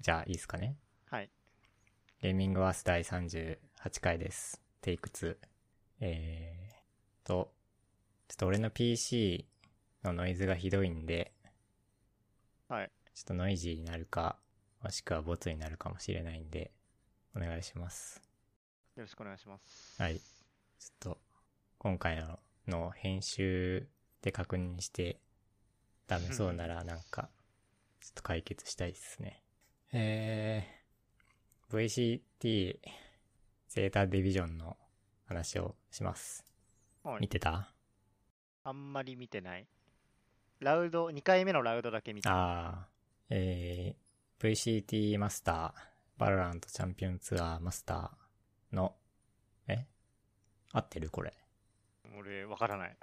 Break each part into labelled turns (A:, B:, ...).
A: じゃあいいですかね。
B: はい。
A: ゲーミングワース第38回です。テイク2。えーと、ちょっと俺の PC のノイズがひどいんで、
B: はい。
A: ちょっとノイジーになるか、もしくはボツになるかもしれないんで、お願いします。
B: よろしくお願いします。
A: はい。ちょっと、今回のの編集で確認して、ダメそうならなんか、ちょっと解決したいですね。えー、VCT ゼータディビジョンの話をします。
B: はい
A: 見てた
B: あんまり見てない。ラウド、2回目のラウドだけ見た。
A: あー、えー、VCT マスター、バロラントチャンピオンツアーマスターの、え合ってるこれ。
B: 俺、わからない。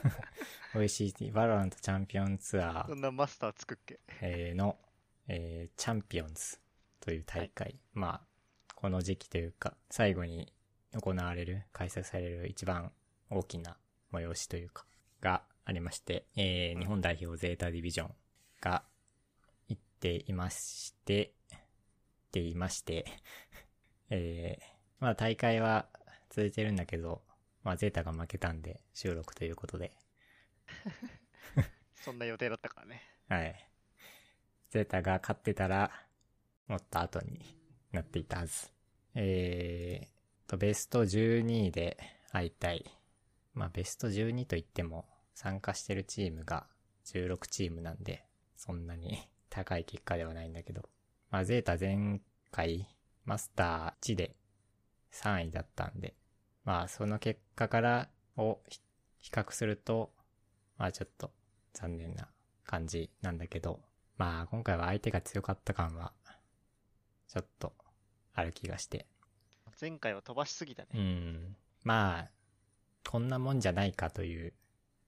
A: VCT、バロラントチャンピオンツアー
B: そ、んなマスターつくっけ
A: えーの、えーチャンピオンズという大会、まあこの時期というか最後に行われる開催される一番大きな催しというかがありまして、えー日本代表ゼータディビジョンが行っていまして 行っていましてえーまあ大会は続いてるんだけど、まあ、ゼータが負けたんで収録ということで
B: そんな予定だったからね。
A: はい。ゼータが勝ってたら、もっと後になっていたはず。えーと、ベスト12で敗退。まあ、ベスト12といっても、参加してるチームが16チームなんで、そんなに高い結果ではないんだけど。まあ、ゼータ前回、マスター1で3位だったんで、まあ、その結果からをひ比較すると、まあ、ちょっと残念な感じなんだけど、まあ今回は相手が強かった感は、ちょっとある気がして。
B: 前回は飛ばしすぎたね。
A: うん。まあ、こんなもんじゃないかという、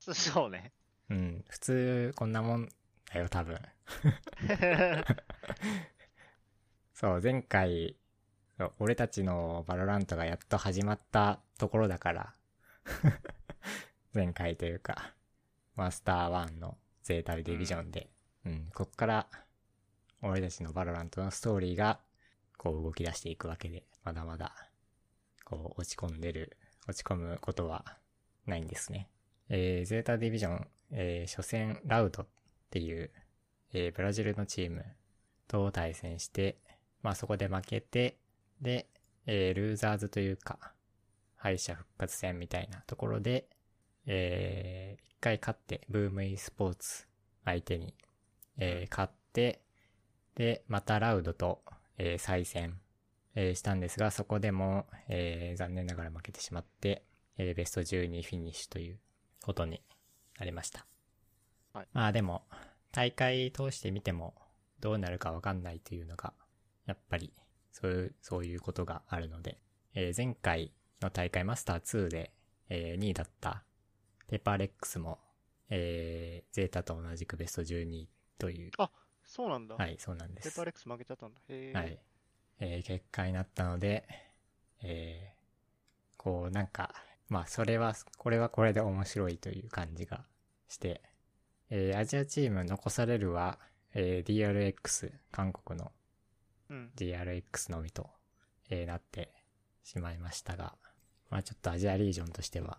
B: そそうね。
A: うん、普通こんなもんだよ多分。そう、前回、そう俺たちのバロラントがやっと始まったところだから、 前回というか、マスター1のゼータディビジョンで、うん、こっから、俺たちのバロラントのストーリーが、こう動き出していくわけで、まだまだ、こう落ち込んでる、落ち込むことはないんですね。えー、ゼータディビジョン、えー、初戦ラウドっていう、えー、ブラジルのチームと対戦して、まあそこで負けて、で、えールーザーズというか、敗者復活戦みたいなところで、えー一回勝って、ブーム e スポーツ相手に、えー勝って、で、またラウドと、えー再戦、えーしたんですが、そこでも、えー残念ながら負けてしまって、えーベスト12フィニッシュということになりました。
B: はい
A: まあでも、大会通してみても、どうなるかわかんないというのが、やっぱり、そういう、そういうことがあるので、えー前回の大会マスター2で、え2位だった、ペーパーレックスも、えーゼータと同じくベスト12という、
B: そうなんだ。
A: はい、そうなんで
B: ペ
A: す。
B: ーパーレックス負けちゃったんだ。へえ。
A: はい。えー結果になったので、えーこうなんか、まあそれは、これはこれで面白いという感じがして、えーアジアチーム残されるは、えー DRX、韓国の
B: うん。
A: DRX のみと、えーなってしまいましたが、まあちょっとアジアリージョンとしては、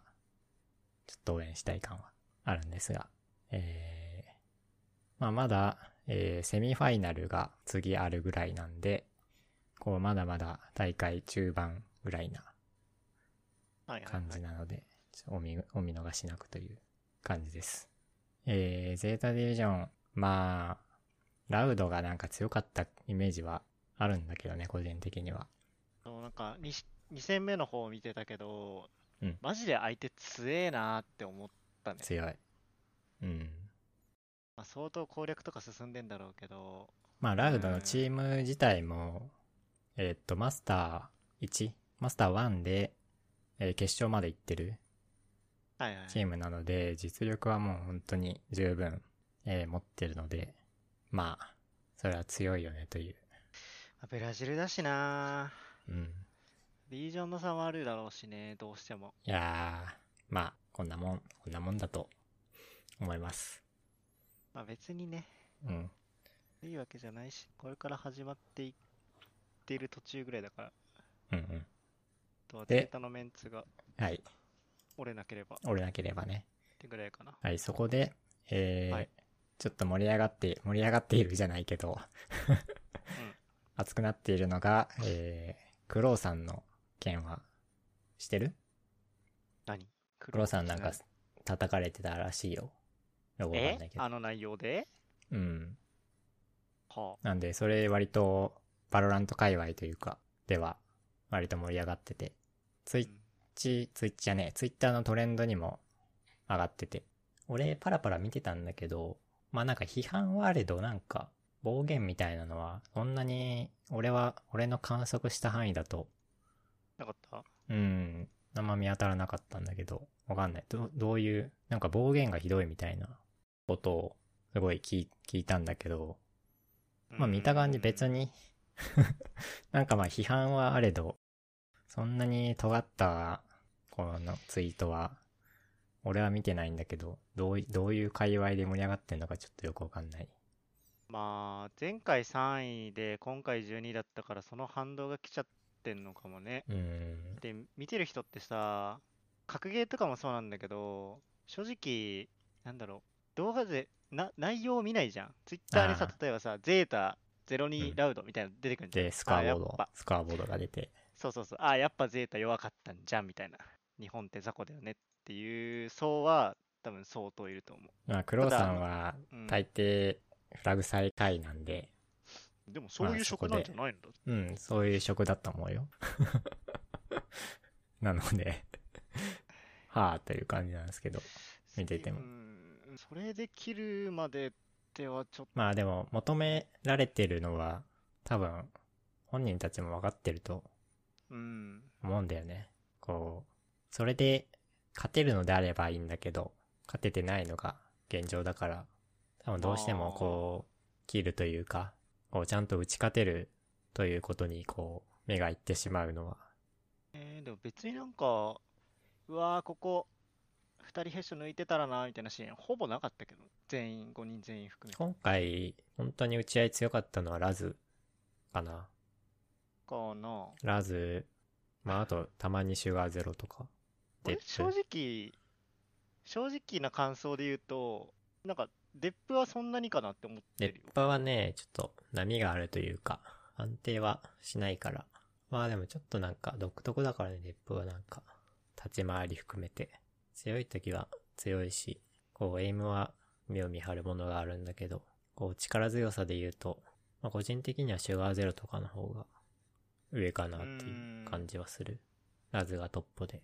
A: ちょっと応援したい感はあるんですが、えーまあまだ、えーセミファイナルが次あるぐらいなんで、こうまだまだ大会中盤ぐらいな
B: はいはい、
A: 感
B: は
A: じ
B: い。
A: なので、ちょっとお見お見逃しなくという感じです。えー、ゼータディビジョン、まあ、ラウドがなんか強かったイメージはあるんだけどね、個人的には。
B: あのなんか2、二戦目の方を見てたけど、
A: うん
B: マジで相手強えなーって思ったね。
A: 強い。うん。
B: まあ、相当攻略とか進んでんだろうけど、
A: まあ、ラウドのチーム自体も、えーっと、マスター1、マスター1で、えー決勝まで行ってる
B: はいはい。
A: チームなので、実力はもう本当に十分、えー持ってるので、まあ、それは強いよねという。
B: ブラジルだしな
A: うん。
B: ーリージョンの差もあるだろうしね、どうしても。
A: いやー、まあ、こんなもん、こんなもんだと思います。
B: まあ別にね。
A: うん。
B: いいわけじゃないし、これから始まっていってる途中ぐらいだから、
A: うんうん。
B: あとは
A: で
B: データのメンツが
A: はい。
B: 折れなければっ
A: 折れなければね。
B: てぐらいかな。
A: はい、そこで、えー
B: はい
A: ちょっと盛り上がって、盛り上がっているじゃないけど、 熱くなっているのが、えー、クロウさんの件は、してる
B: 何ク
A: クロウさんなんか
B: しい
A: 叩かれてたらしいよ。よくわかんない
B: え
A: けど
B: あ。の内容で
A: うん。
B: は
A: なんで、それ割と、バロラント界隈というか、では、割と盛り上がってて、ツ
B: あ。
A: イッチ、ツイッチじゃねえ、ツイッターのトレンドにも上がってて。俺、パラパラ見てたんだけど、まあなんか批判はあれど、なんか、暴言みたいなのは、そんなに、俺は、俺の観測した範囲だと、
B: なかった
A: うん、あんま見当たらなかったんだけど、わかんない。どどういう、なんか暴言がひどいみたいなことを、すごい聞い聞いたんだけど、まあ見た感じ別
B: に。
A: に、 なんかまあ批判はあれど、そんなに尖った、このツイートは、俺は見てないんだけど、どうい、どういう界隈で盛り上がってんのかちょっとよくわかんない。
B: まあ、前回3位で、今回12位だったから、その反動が来ちゃってんのかもね。
A: うーん、
B: で、見てる人ってさ、格ゲーとかもそうなんだけど、正直、なんだろう、動画で、な、内容を見ないじゃん。ツイッターでさ
A: あー、
B: 例えばさ、ゼータ
A: うん
B: 02ラウドみたいなの出てくるんじゃん。
A: で、スコアボー
B: あ、やっ
A: ド
B: ぱ、、
A: スコアボードが出て、
B: そうそうそう、あー、やっぱゼータ弱かったんじゃんみたいな。日本って雑魚だよねっていう層は、多分相当いると思
A: まあ、クロウさんは
B: う。うん。
A: 大抵フラグ最下位なんで、
B: でも、そう
A: まあ
B: いう
A: そこ
B: 職なん
A: で
B: じゃないのだ
A: うん、そういう職だと思うよ。 なので、はぁという感じなんですけど。見てても
B: うーんそれで切るまでではちょっ
A: まあでも求められてるのは多分本人たちも分かってると
B: と、うん、
A: 思うんだよね。こう、それで勝てるのであればいいんだけど、勝ててないのが現状だから、多分どうしてもこう、切るというか、こうちゃんと打ち勝てるということにこう、目がいってしまうのは、
B: えーでも別になんか、うわー、ここ、2人ヘッシュ抜いてたらな、みたいなシーン、ほぼなかったけど、全員、5人全員含めて。
A: 今回本当に打ち合い強かったのはラズかな。
B: かな。
A: ラズ、まああとたまにシュガーゼロとか。
B: 俺、
A: デップ
B: 正直、正直な感想で言うと、なんか、デップはそんなにかなって思って
A: 熱
B: るよ。
A: 波はね、ちょっと波があるというか、安定はしないから。まあでもちょっとなんか独特だからね、熱波はなんか、立ち回り含めて。強い時は強いし、こうエイムは目を見張るものがあるんだけど、こう力強さで言うと、まあ個人的にはシュガーゼロとかの方が上かなっていう感じはする。ラズがトップで。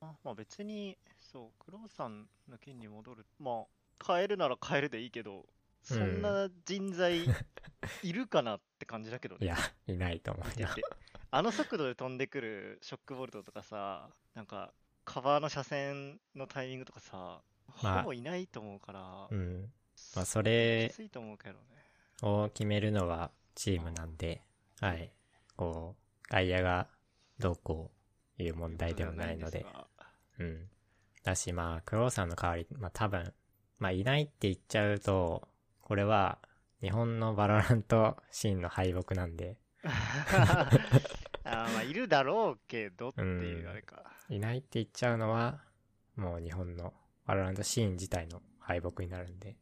B: あまあ別に、そう、クロウさんの件に戻る。まあ、変えるなら変えるでいいけど、そんな人材いるかなって感じだけど ね
A: い。や、いないと思う
B: 見
A: よ
B: て。てあの速度で飛んでくるショックボルトとかさなんかカバーの車線のタイミングとかさ、
A: まあ
B: ほぼいないと思うから、
A: うん。まあそれ
B: きついと思うけどね
A: を決めるのはチームなんで、はい。こう、外野がどうこういう問題ではないので、
B: とうことは
A: うん。だし、まあ、クロウさんの代わり、まあ多分、まあいないって言っちゃうと、これは日本のバロラントシーンの敗北なんで、
B: ないんですが あーまあいるだろうけどっていう
A: うん
B: あれか、
A: いないって言っちゃうのは、もう日本のバロラントシーン自体の敗北になるんで、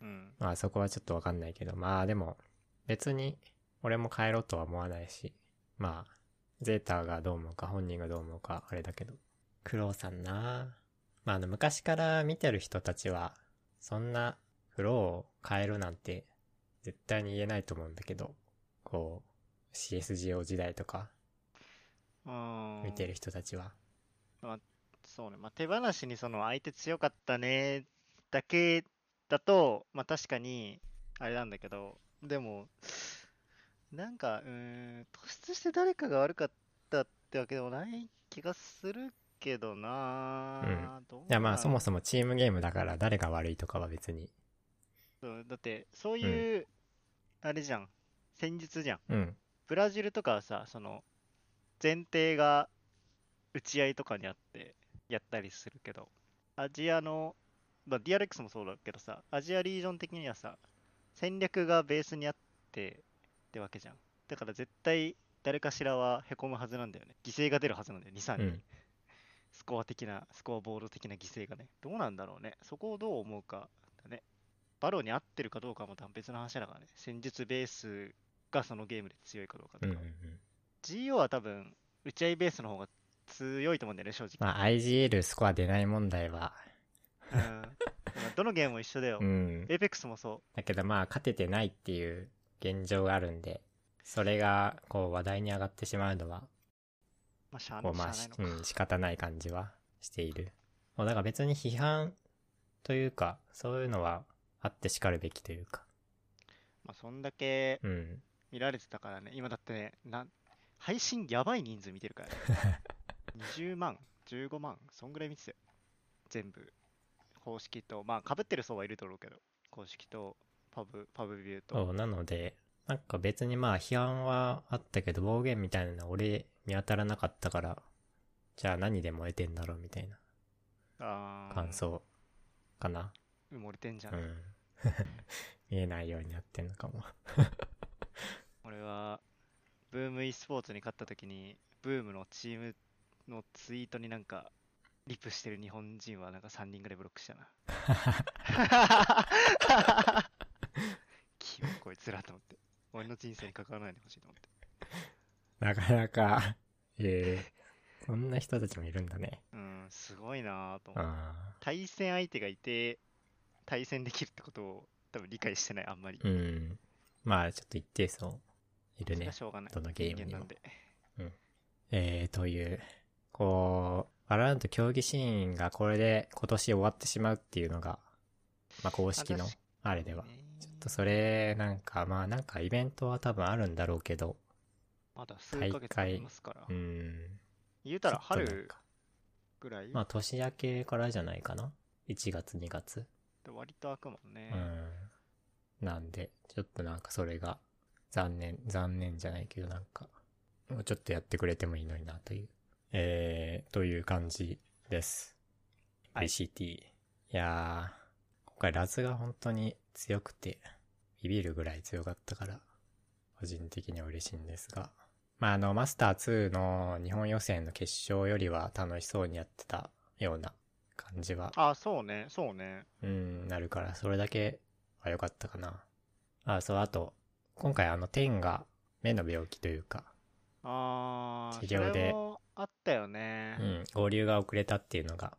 B: うん、
A: まあそこはちょっとわかんないけど、まあでも別に俺も帰ろうとは思わないし、まあゼータがどう思うか本人がどう思うかあれだけど、苦労さんなあまああの昔から見てる人たちは、そんな苦労を変えるなんて絶対に言えないと思うんだけど、こう CSGO 時代とか
B: うん、
A: 見てる人たちは、
B: そうね、まあ、手放しにその相手強かったねだけだと、まあ、確かにあれなんだけど、でも、なんか、うーん、突出して誰かが悪かったってわけでもない気がするけどな、どう
A: いやま
B: な
A: あ
B: ん
A: そもそもチームゲームだから誰が悪いとかは別に、
B: そうだって、そういう、あれじゃん、戦術じゃん。
A: うん、
B: ブラジルとかはさ、その、前提が打ち合いとかにあってやったりするけど、アジアの、まあ、DRX もそうだけどさ、アジアリージョン的にはさ、戦略がベースにあってってわけじゃん。だから絶対誰かしらはへこむはずなんだよね。犠牲が出るはずなんだよ、2、3
A: う
B: に。
A: ん。
B: スコア的な、スコアボール的な犠牲がね。どうなんだろうね。そこをどう思うかだね。バローに合ってるかどうかはまた別の話だからね。戦術ベースがそのゲームで強いかどうか
A: う
B: と
A: んう
B: か。
A: んうん。
B: GO は多分、打ち合いベースの方が強いと思うんだよね、正直。
A: まあ IGL スコア出ない問題は、
B: うんまあどのゲームも一緒だよ
A: う。ん。
B: エイペックスもそ
A: だけどまあ勝ててないっていう現状があるんで、それがこう話題に上がってしまうのは、
B: う。まあ、しゃあな
A: こ
B: いうしゃあ
A: まあ
B: ない
A: し
B: の、か。
A: うん、仕方ない感じはしている。もうだから別に批判というか、そういうのはあってしかるべきというか、
B: まあ、そんだけ
A: うん。
B: 見られてたからね、今だってね、なん配信やばい人数見てるからね。20万、15万、そんぐらい見てたよ。全部。公式と、まあ、かぶってる層はいるだろうけど、公式と、パブ、パブビューと。
A: そう、なので、なんか別にまあ批判はあったけど、暴言みたいなの俺見当たらなかったから、じゃあ何で燃えてんだろうみたいな
B: あー
A: 感。想かな。
B: 埋もれてんじゃ。
A: うんん。 見えないようになってんのかも。
B: 俺は、ブーム e スポーツに勝った時に、ブームのチームのツイートになんか、リプしてる日本人はなんか3人ぐらいブロックしたな。キモいこいつらと思って。俺の人生に関わらないでほしいと思って。
A: なかなか、 ええこんな人たちもいるんだね。
B: うん、すごいなぁと思って。
A: あ
B: 対戦相手がいて、対戦できるってことを多分理解してない、あんまり
A: あ。。うん。まあ、ちょっと一定層いる
B: それ
A: ね
B: は。しょうがない。
A: どのゲーム
B: 人
A: に
B: 間な
A: も
B: ん。で。
A: えー、という、こう、バララント競技シーンがこれで今年終わってしまうっていうのが、まあ公式の
B: あ確
A: あれでは。
B: ね
A: ちょっとそれ、なんか、まあなんかイベントは多分あるんだろうけど、
B: まだ数ヶ月ありますから
A: う。ん。
B: 言うたら
A: ちょっとなん
B: 春
A: か
B: ぐらい
A: まあ年明けからじゃないかな。1月、2月。
B: 割と開くもんね
A: う。ん。なんで、ちょっとなんかそれが、残念、残念じゃないけどなんか、もうちょっとやってくれてもいいのになという、えー、という感じです。ICT。いやー、今回ラズが本当に強くて、ビビるぐらい強かったから、個人的には嬉しいんですが。まあ、あの、マスター2の日本予選の決勝よりは楽しそうにやってたような感じは
B: あ、そうね、そうね。
A: うん、なるから、それだけは良かったかな。あ、そう、あと、今回あの、天が目の病気というか、
B: あー、
A: 治療で
B: それもあったよね
A: う。ん、合流が遅れたっていうのが、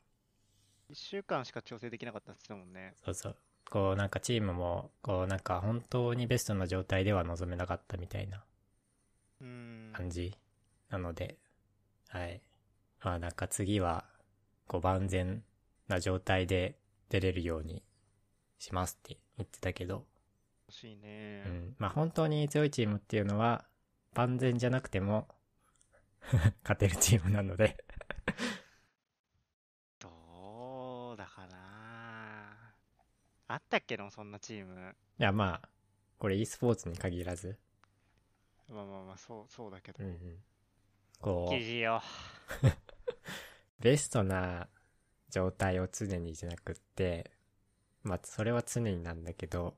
B: 1週間しか調整できなかったって言ってたもんね。
A: そうそう。こう、なんかチームも、こう、なんか本当にベストな状態では望めなかったみたいな
B: うん。
A: 感じなので、はい。まあなんか次は、こう、万全な状態で出れるようにしますって言ってたけど、
B: 欲しいね
A: う。ん、まあ本当に強いチームっていうのは万全じゃなくても 勝てるチームなので
B: どうだかな。あったっけの、そんなチーム。
A: いやまあこれ e スポーツに限らず、
B: まあまあまあ、そう、そうだけ
A: う
B: ど
A: んう。ん、こ
B: 厳
A: う
B: しいよ。
A: ベストな状態を常にじゃなくってまあそれは常になんだけど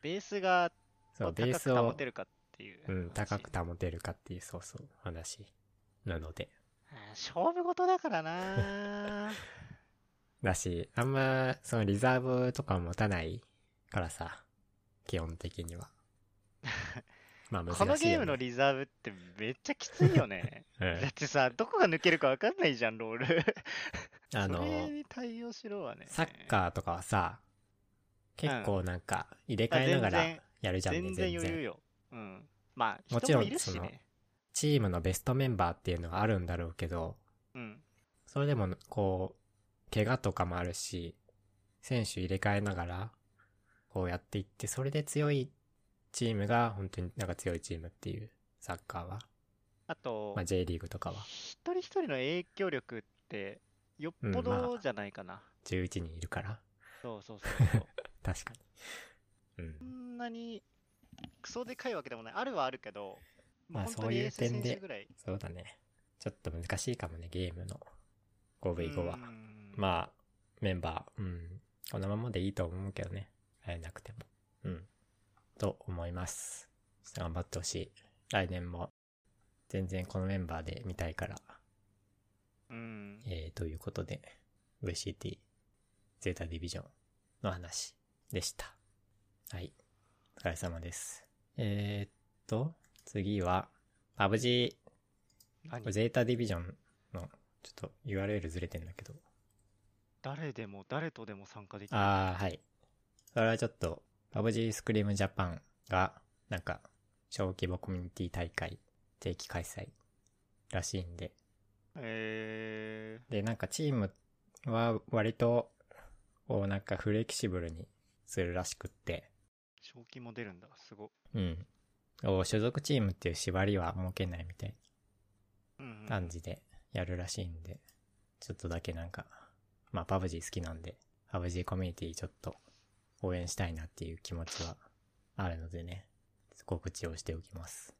B: ベースが
A: そ
B: まあ
A: うベー
B: 高
A: ス
B: く保
A: を
B: てるかっていう。
A: うん、高
B: 話
A: く保てるかっていうそうそう話なので
B: あー勝負事だか らな。
A: だしあんまそのリザーブとか持たないからさ基本的 にはまあ難しい
B: このゲー
A: よ
B: ム
A: ね
B: のリザーブってめっちゃきついよね。
A: うん
B: だってさ、どこが抜けるか分かんないじゃん、ロール。
A: あ
B: それ
A: の、
B: に対応しろはね。
A: サッカーとかはさ、結構なんか入れ替えながら
B: あ全然
A: やるじゃんね、全
B: 全
A: 然
B: 然余裕よ。うん。まあ、
A: もち
B: 人
A: ろ
B: も
A: ん
B: いるし
A: その
B: ね。
A: チームのベストメンバーっていうのはあるんだろうけど、
B: うん。
A: それでもこう、怪我とかもあるし、選手入れ替えながら、こうやっていって、それで強いチームが本当になんか強いチームっていう、サッカーは。
B: あと、
A: まあ J リーグとかは
B: 一人一人の影響力って、よっぽ
A: うんま
B: ど
A: あ
B: じゃないかな。
A: 11人いるから、
B: そうそうそ うそう。
A: 確かに。うん
B: そ。んなに、クソでかいわけでもない。あるはあるけど、
A: まあ
B: もう本当にエース
A: そういう点
B: 選
A: で
B: 手ぐらい。
A: そうだね。ちょっと難しいかもね、ゲームの 5v5 は。
B: うん
A: まあ、メンバー、うん。このままでいいと思うけどね。会えなくても。うん。と思います。頑張ってほしい。来年も全然このメンバーで見たいから。
B: うん。
A: えーということで、VCT ゼータディビジョンの話でした。はい。お疲れ様です。えー、っと、次は、パブ G、こ
B: 何
A: れゼータディビジョンの、ちょっと URL ずれてんだけど。
B: 誰でも、誰とでも参加できる。
A: あー、はい。それはちょっと、パブ G スクリームジャパンが、なんか、小規模コミュニティ大会、定期開催らしいんで、
B: え
A: で、なんかチームは割と、こうなんかフレキシブルにするらしくって、
B: ー、賞金も出るんだ。すご。
A: うん。お所属チームっていう縛りは設けないみたい
B: うん、
A: な
B: うん。
A: 感じでやるらしいんで、ちょっとだけなんか、まあパブジー好きなんで、パブジーコミュニティちょっと応援したいなっていう気持ちはあるのでね、告知をしておきます。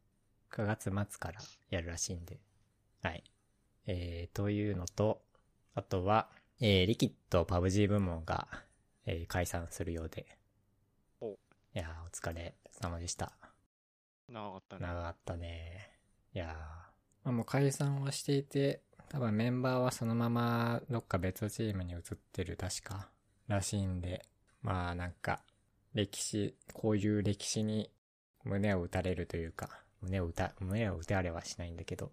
A: 9月末からやるらしいんで、はい。えー、というのと、あとは、えー、リキッドパブ G 部門が、えー解散するようで。
B: お
A: いやー、お疲れ様でした。
B: 長かったね。
A: 長かったね。いやー。まあ、もう解散はしていて、多分メンバーはそのままどっか別チームに移ってる確か、らしいんで、まあなんか、歴史、こういう歴史に胸を打たれるというか、胸を打た、胸を打てあれはしないんだけど、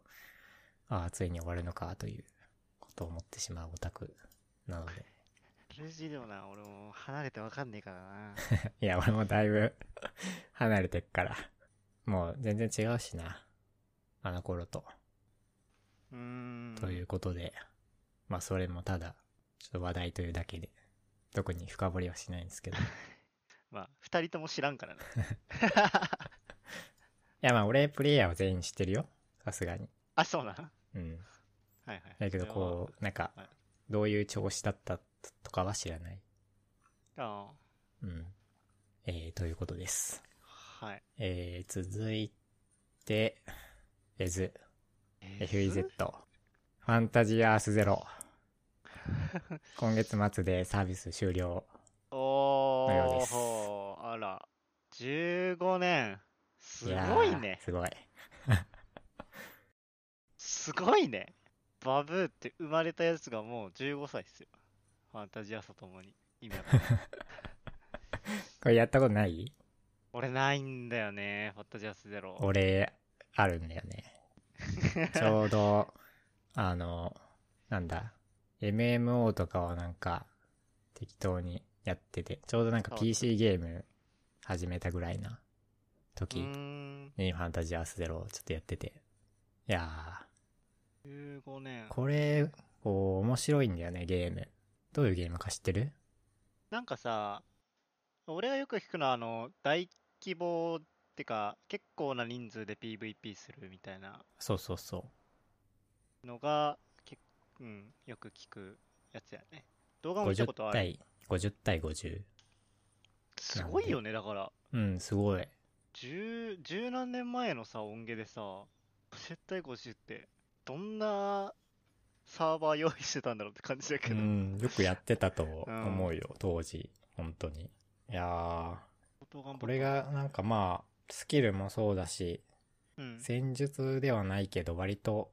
A: ああ、ついに終わるのかということを思ってしまうオタクなので。
B: レジでもな、俺も離れてわかんねえから な。
A: いや、俺もだいぶ 離れてっから。もう全然違うしな。あの頃と。
B: うーん。
A: ということで、まあそれもただ、ちょっと話題というだけで、特に深掘りはしないんで すけど。い
B: まあ、二人とも知らんからね。
A: やまあ俺プレイヤーは全員知ってるよ。さすがに。
B: あ、そうなのは
A: うん。
B: いはい。
A: だけど
B: それは
A: こう、なんか
B: はい、
A: どういう調子だったとかは知らない。
B: あ
A: うん。えー、ということです。
B: あ、はい。
A: えー、続いて、レズ、FEZ、ファンタジーアースゼ ロ。今月末でサービス終了。
B: お
A: のようです
B: ー、あら、15年。すごい
A: やー
B: ね。
A: すごい。
B: すごいね。バブーって生まれたやつがもう15歳っすよ。ファンタジアさともに。意味わ かんない
A: これやったことない
B: 俺ないんだよね、ファンタジアスゼロ。
A: 俺、あるんだよ ね。ちょうど、あの、なんだ、MMO とかをなんか、適当にやってて、ちょうどなんか
B: そう
A: PC ゲーム始めたぐらいな
B: うー
A: 時
B: ん、
A: にファンタジーアースゼロをちょっとやってて。いや
B: 15年
A: ー、。これ、こう、面白いんだよね、ゲーム。どういうゲームか知ってる
B: なんかさ、俺がよく聞くのは、あの、大規模ってか、結構な人数で PVP するみたいな
A: そうそうそう。
B: のが、けうん、よく聞くやつやね。動画も見たこと
A: 50
B: ある。
A: 対、50対50。
B: すごいよね、だから。
A: うん、すごい。
B: 十、十何年前のさ、音源でさ、50対50って、どんなサーバー用意してたんだろうって感じだけ
A: う
B: ど。
A: ん、よくやってたと思うよ、当時。本当に。いやー、
B: 相当頑張った
A: これ、がなんかまあ、スキルもそうだし、
B: うん、
A: 戦術ではないけど、割と、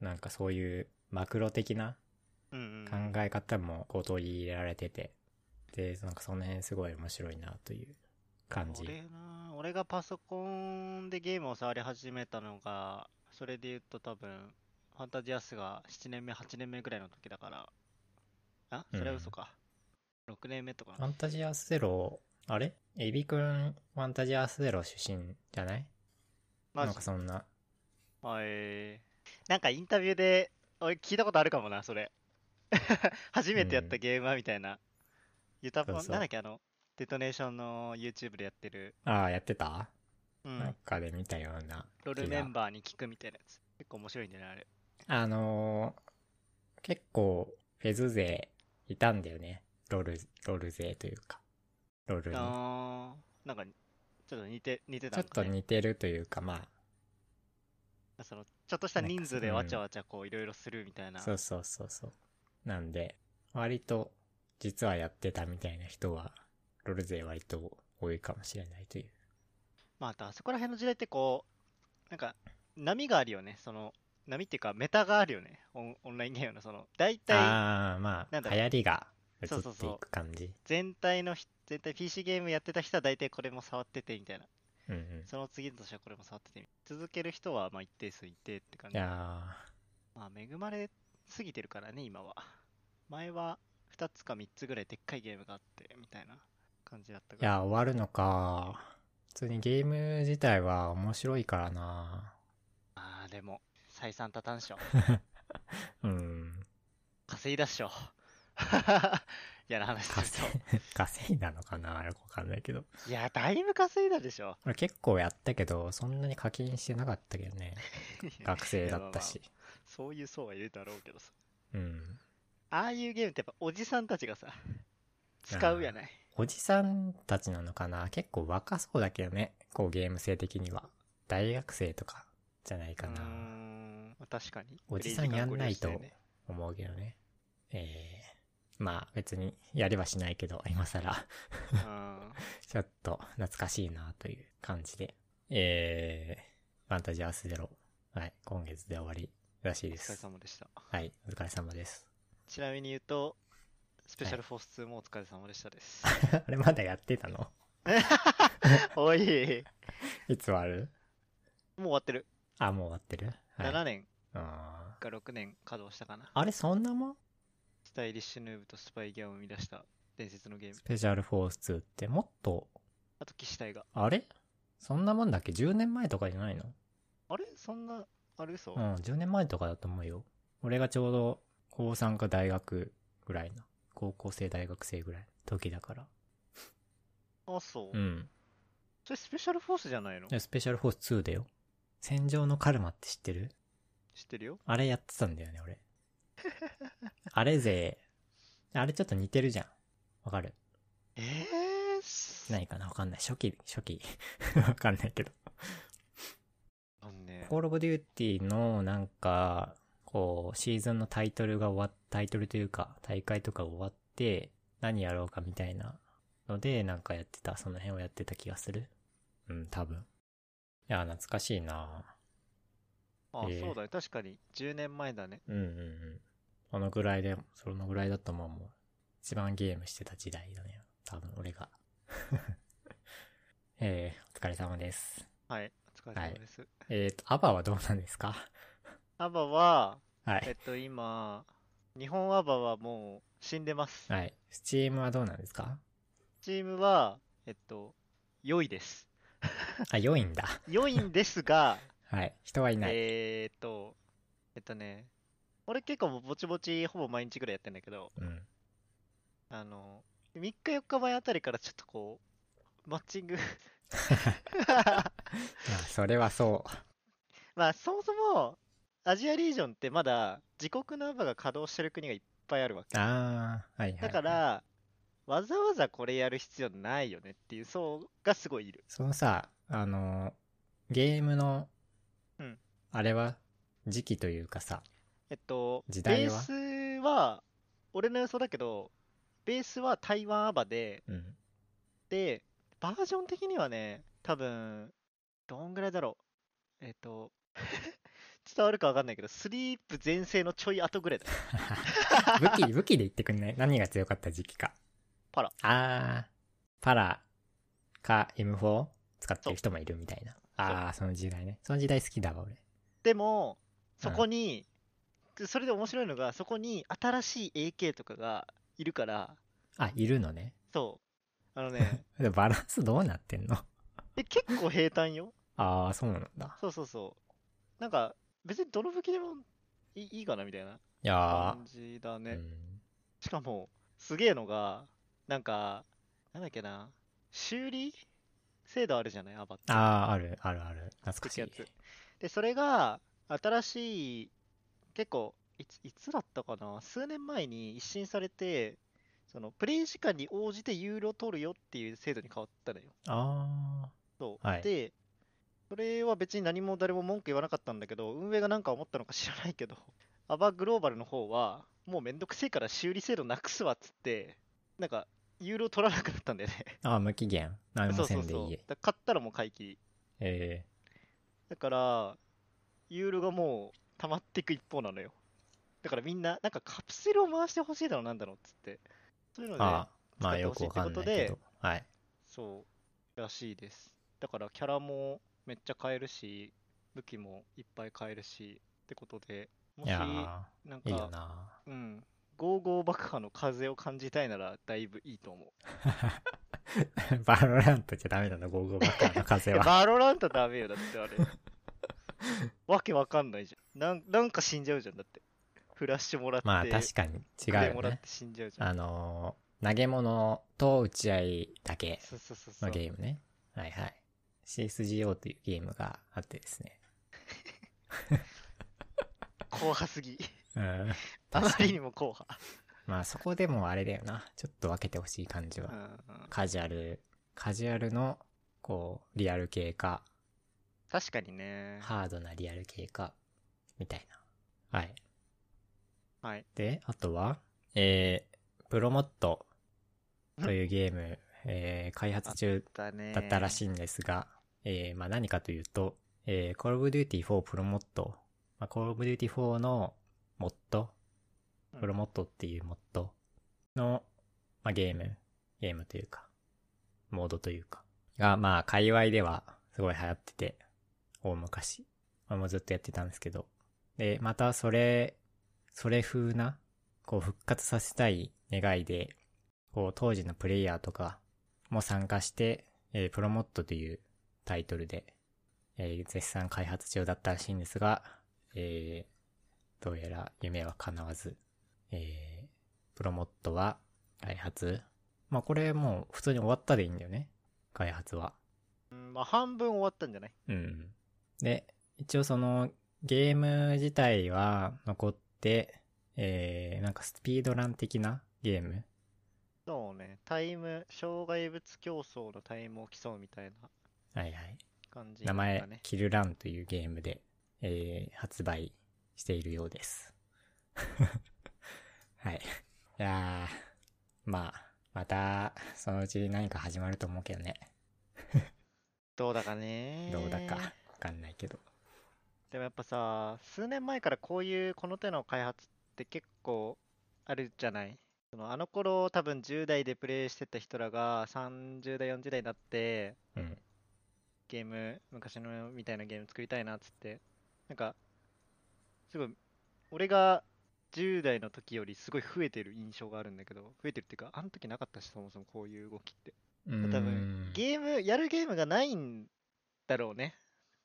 A: なんかそういうマクロ的な
B: うんうん
A: 考え方もこう取り入れられてて、で、なんかその辺すごい面白いなという感じ。
B: 俺な俺がパソコンでゲームを触り始めたのがそれで言うと多分ファンタジアスが7年目8年目ぐらいの時だからあそれは嘘か、6年目とか
A: ファンタジーアースゼロ、あれエビくん、ファンタジーアースゼロ出身じゃない
B: マ
A: な
B: ジ
A: んかそんな。
B: あえーなんかインタビューで俺聞いたことあるかもなそれ 初めてやったゲームはみたいな、ユタポン
A: そうそう
B: なんだっけあのデトネーションの YouTube でやってる、
A: ああ、やってた、
B: うん
A: なんかで見たような。
B: ロールメンバーに聞くみたいなやつ結構面白いんじゃないあれ
A: あのー結構、フェズ勢いたんだよね。ロール、ロール勢というか。ロールに。
B: あーなんかちょっと似て似てた
A: ちょ
B: ん
A: っと
B: かね
A: 似てるというか、ま
B: そのちょっとした
A: なんか
B: 人数で
A: うん
B: わちゃわちゃこういろいろするみたい
A: あ、
B: な
A: そうそうそうそう。なんで、割と、実はやってたみたいな人は、ロール勢割と多いかもしれないという
B: まあ、あとあそこら辺の時代ってこう、なんか、波があるよね。その、波っていうか、メタがあるよね。オンオンラインゲームの、その、大体、
A: ああ、ま
B: な
A: あ、
B: んだ
A: 流
B: ろう
A: 行りが移っ
B: そうそう
A: て
B: そう
A: いく感じ。
B: 全体のひ、全体 PC ゲームやってた人は大体これも触ってて、みたいな。
A: うんうん。
B: その次の年はこれも触ってて、続ける人は、まあ、一定数いてって感
A: い
B: じ。
A: や
B: まあ、恵まれすぎてるからね、今は。前は、2つか3つぐらいでっかいゲームがあって、みたいな感じだった
A: ー、い
B: から。
A: やー、終わるのか。普通にゲーム自体は面白いからな。
B: ああ、でも、採算多 短賞。
A: うん。
B: 稼いだっしょ。 嫌な話す
A: 稼
B: る
A: い 稼いだのかなよくわかんないけど。
B: と。いや、だいぶ稼いだでしょ。
A: 俺結構やったけど、そんなに課金してなかったけど ね。 学生だったし。
B: そういう層はいるだろうけどさ。
A: うん。
B: ああいうゲームってやっぱおじさんたちがさ、使うやない。
A: おじさんたちなのかな結構若そうだけどね。こうゲーム性的には。大学生とかじゃないか
B: うー
A: な。
B: ん、まあ確かに。
A: おじさんやんないと
B: フリー時間ご利用してね
A: 思うけどね。えー、まあ別にやれはしないけど、今更
B: うん
A: ちょっと懐かしいなという感じで。えー、ファンタジーアースゼロ。はい、今月で終わりらしい
B: お
A: で
B: 疲
A: す。
B: れ様でした。
A: はい、お疲れ様です。
B: ちなみに言うと、スペシャルフォース2もお疲れ様でし たです。
A: あれまだやってたの
B: おい、
A: いつ終わる
B: もう終わってる。
A: あ、もう終わってるはい。
B: 7年
A: あ
B: か6年稼働したかな。
A: ーあれそんなもん
B: スタイリッシュヌーブとスパイギアを生み出した伝説のゲーム
A: ス。ペシャルフォース2ってもっと、
B: あと騎士隊が。
A: あれそんなもんだっけ ?10 年前とかじゃないの
B: あれそんな、あれ嘘、
A: うん、10年前とかだと思うよ。俺がちょうど、高3か大学ぐらいの、高校生大学生ぐらいの時だから。
B: あ、そう、
A: うん。
B: それスペシャルフォースじゃないの
A: でスペシャルフォース2だよ。戦場のカルマって知ってる
B: 知ってるよ。
A: あれやってたんだよね、俺。あれぜ、あれちょっと似てるじゃん。わかる
B: えーす、
A: ないかなわかんない。初期、初期。 わかんないけど。
B: あのね。
A: コールオブデューティーのなんか、こう、シーズンのタイトルが終わっ、タイトルというか、大会とか終わって、何やろうかみたいなので、なんかやってた、その辺をやってた気がする。うん、多分。いや、懐かしいな
B: あ、
A: えー
B: そうだね。確かに。10年前だね。
A: うんうんうん。このぐらいで、そのぐらいだと思うもん。一番ゲームしてた時代だね。多分、俺が。 えー、お疲れ様です。
B: はい。お疲れ様です。
A: えーと、アバはどうなんですか
B: アバは、
A: は
B: えっ
A: い。
B: と、今、日本アバはもう死んでます。
A: はい。スチームはどうなんですか
B: チームは、えっと、良いです。
A: あ、良いんだ。
B: 良いんですが、
A: はい。人はいない。
B: えーっと、えっとね、俺結構ぼちぼちほぼ毎日ぐらいやってんだけど、
A: うん。
B: あの、3日4日前あたりからちょっとこう、マッチング
A: まあ、それはそう。
B: まあそもそもアジアリージョンってまだ自国のアバが稼働してる国がいっぱいあるわけ。
A: ああ、はいはい。
B: だか、ら、わざわざこれやる必要ないよねっていう層がすごいいる。
A: そのさ、あのーゲームの、
B: うん
A: あれは、時期というかさ、
B: えっと、
A: 時代
B: ベ
A: は
B: ースは、俺の予想だけど、ベースは台湾アバで、
A: うん。
B: で、バージョン的にはね、多分、どんぐらいだろう。えっと、 伝わるかわかんないけど、スリープ全盛のちょい後ぐらいだ。
A: 武器、武器で言ってくんない何が強かった時期か。
B: パラ。
A: ああ、パラか M4 使ってる人もいるみたいな。ああ、その時代ね。その時代好きだわ、俺。
B: でも、そこに、それで面白いのが、そこに新しい AK とかがいるから、
A: あ、いるのね。
B: そう。あのね、
A: でバランスどうなってんの
B: え結構平坦よ。
A: ああ、そうなんだ。
B: そうそうそう。なんか、別にどの武器でもいいいいかなみたいない
A: や
B: 感じだ
A: ー、う
B: ね。
A: ん、
B: しかも、すげえのが、なんか、なんだっけな、修理制度あるじゃない、アバって。
A: ああ、ある、あるある。懐かし
B: ってや
A: い
B: つ。で、それが、新しい、結構、いつ、いつだったかな、数年前に一新されて、その、プレイ時間に応じて有料取るよっていう制度に変わったのよ。
A: ああ。
B: そう。
A: はい
B: で、それは別に何も誰も文句言わなかったんだけど、運営がなんか思ったのか知らないけど、 アバグローバルの方は、もうめんどくせえから修理制度なくすわっつって、なんか、有料取らなくなったんだよね。
A: ああ、無期限。何
B: そ
A: も
B: う
A: せ
B: そうん
A: でい
B: そう。
A: い
B: だ。から買ったらもう回帰
A: え
B: だから、ユーロがもう溜まっていく一方なのよ。だからみんな、なんかカプセルを回してほしいだろう、なんだろうっつって。そういうの
A: え
B: で、
A: ああ、まあ
B: 使って
A: よ
B: ほし
A: く
B: い
A: わかんない
B: って
A: け
B: こ
A: ど。はい。
B: そう、らしいです。だからキャラもめっちゃ買えるし、武器もいっぱい買えるし、ってことで、も
A: い
B: し、
A: や
B: なん
A: ー、いいよ
B: か、
A: な。
B: うん、55爆破の風を感じたいなら、だいぶいいと思う。
A: バロラントじゃダメなんだ、ゴーゴーバッカーの風
B: いや
A: は。
B: バロラントダメよ、だってあれ。 わけわかんないじゃん。なんなんか死んじゃうじゃん、だって。フラッシュもらって、
A: まあ確かに違
B: クレ
A: う
B: も
A: よ
B: らっ
A: ね
B: て。死んじゃうじゃん。
A: あのー、投げ物と打ち合いだけ
B: そうそうそうそ
A: の
B: う。
A: ゲームね。はいはい。CSGO というゲームがあってですね。
B: 硬派すぎ。
A: うん。
B: あま
A: 確 か
B: り
A: に
B: にも硬 派。
A: まあそこでもあれだよな。ちょっと分けてほしい感じは。
B: うんうん
A: カジュアル、カジュアルの、こう、リアル系か、
B: 確かにね。
A: ハードなリアル系か、みたいな。はい。
B: はい。
A: で、あとは、えー、プロモットというゲーム、えー開発中
B: だね。
A: だったらしいんですが、えーまあ何かというと、えー、Call of Duty 4プロモット、まあ、Call of Duty 4のモッド、
B: うん
A: プロモットっていうモッドの、まあ、ゲーム、ゲームというか、モードというか、が、まあ、界隈ではすごい流行ってて、大昔。俺もずっとやってたんですけど。で、またそれ、それ風な、こう復活させたい願いで、こう当時のプレイヤーとかも参加して、えープロモットというタイトルで、えー絶賛開発中だったらしいんですが、えーどうやら夢は叶わず、えープロモットは開発。まあこれもう普通に終わったでいいんだよね。開発は。
B: うんまあ、半分終わったんじゃない
A: うん。で、一応そのゲーム自体は残って、えー、なんかスピードラン的なゲーム
B: そうね。タイム、障害物競争のタイムを競うみたいな
A: はいはい。
B: 感じ
A: 名
B: だね。
A: 前、キルランというゲームで、えー、発売しているようです。 はい。いやー、まあ、また、そのうち何か始まると思うけどね。
B: どうだかね。
A: どうだか、わかんないけど。
B: でもやっぱさ、数年前からこういうこの手の開発って結構あるじゃないそのあの頃多分10代でプレイしてた人らが30代40代になって
A: うん。
B: ゲーム昔のみたいなゲーム作りたいなっつってなんかすごい俺が10代の時よりすごい増えてる印象があるんだけど増えてるっていうかあの時なかったしそもそもこういう動きって
A: うーん
B: 多分ゲームやるゲームがないんだろうね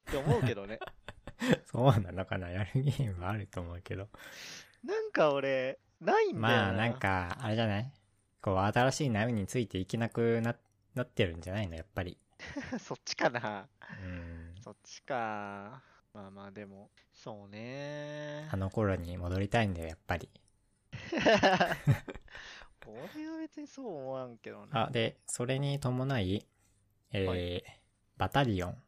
B: って思うけどね
A: そうなのかなやるゲームはあると思うけど。
B: なんか俺、ないんだよな。
A: まあ、なんか、あれじゃないこう、新しい波についていけなくな、なってるんじゃないのやっぱり。
B: そっちかな。
A: うん。
B: そっちか。まあまあ、でも、そうね
A: あ。の頃に戻りたいんだよ、やっぱり。
B: 俺は別にそう思わんけどな。
A: あ、で、それに伴い、えー
B: は
A: バタリオン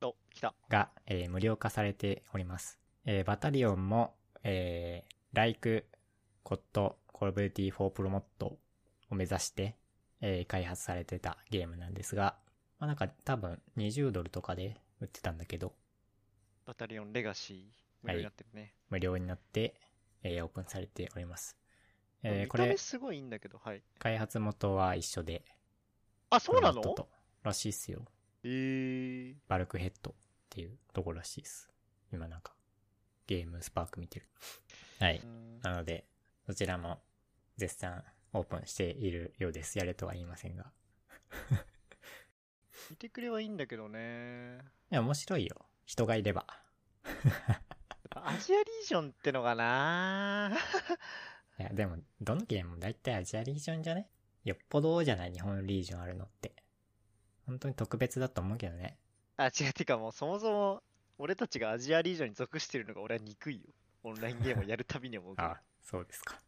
B: お、来た。
A: が、えー無料化されております。えーバタリオンも、えー、Like COD Call of Duty 4 Promote を目指して、えー開発されてたゲームなんですが、まあ、なんか多分20ドルとかで売ってたんだけど、
B: バタリオンレガシー。無
A: はい
B: 料になってるね。
A: 無料になって、えーオープンされております。えー
B: 見
A: こ
B: た目
A: れ、
B: すごいいいんだけど、はい。
A: 開発元は一緒で、
B: あ、そうなの
A: プロモットとらしいっすよ。
B: えー、
A: バルクヘッドっていうところらしいです。今なんか、ゲームスパーク見て る。はい。
B: うん
A: なので、そちらも絶賛オープンしているようです。やれとは言いませんが。
B: 見てくれはいいんだけどね。
A: いや、面白いよ。人がいれば。
B: やっぱアジアリージョンってのがな。
A: いや、でも、どのゲームも大体アジアリージョンじゃねよっぽどじゃない日本リージョンあるのって。本当に特別だと思うけどね。
B: あ、違う、てかもうそもそも俺たちがアジアリージョンに属してるのが俺は憎いよ。オンラインゲームをやるたびに思うけ ど。
A: あ、そうですか。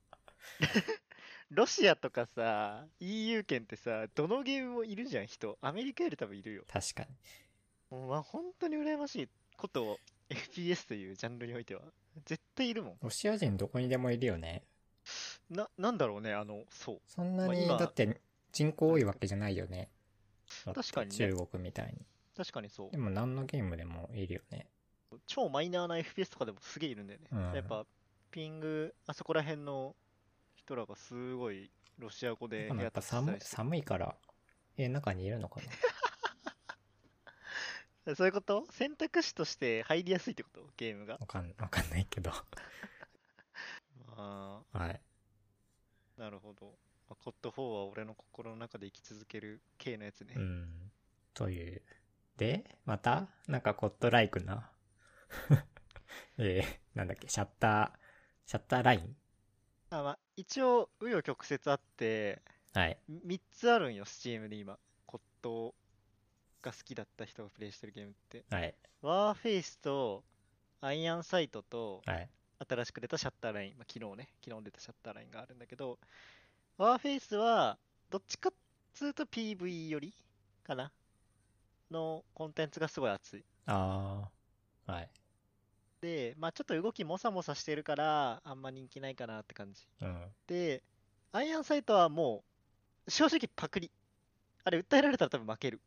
B: ロシアとかさ、EU 圏ってさ、どのゲームもいるじゃん、人。アメリカより多分いるよ。
A: 確かに。
B: もうまあ本当に羨ましいことを FPS というジャンルにおいては。絶対いるもん。
A: ロシア人どこにでもいるよね。
B: な、なんだろうね、あの、そう。
A: そんな
B: まあ
A: に、
B: 今
A: だって人口多いわけじゃないよね。
B: 確かにね
A: 中国みたいに。
B: 確かにそう
A: で。も何のゲームでもいるよね。
B: 超マイナーな FPS とかでもすげえいるんだよね。
A: うん
B: やっぱ、ピング、あそこら辺の人らがすごいロシア語で
A: でもやっぱ
B: 立てた
A: 寒い
B: りして
A: 寒いから、家の中にいるのかな。
B: そういうこと選択肢として入りやすいってことゲームが。
A: わかん わかんないけど。
B: あ
A: はい。
B: あ、なるほど。まあコット4は俺の心の中で生き続ける系のやつね。
A: うん。という。で、また、なんかコットライクな。 えー、なんだっけ、シャッター、シャッターライン
B: あまあ、一応、紆余曲折あって、
A: はい。
B: 3つあるんよ、Steam で今。コットが好きだった人がプレイしてるゲームって。
A: はい。
B: ワーフェイスと、アイアンサイトと、
A: はい。
B: 新しく出たシャッターライン、まあ、昨日ね、昨日出たシャッターラインがあるんだけど、ワーフェイスは、どっちかっつうと PV よりかなのコンテンツがすごい熱い。
A: あー。はい。
B: で、まあちょっと動きもさもさしてるから、あんま人気ないかなって感じ。
A: うん。
B: で、アイアンサイトはもう、正直パクリ。あれ、訴えられたら多分負ける。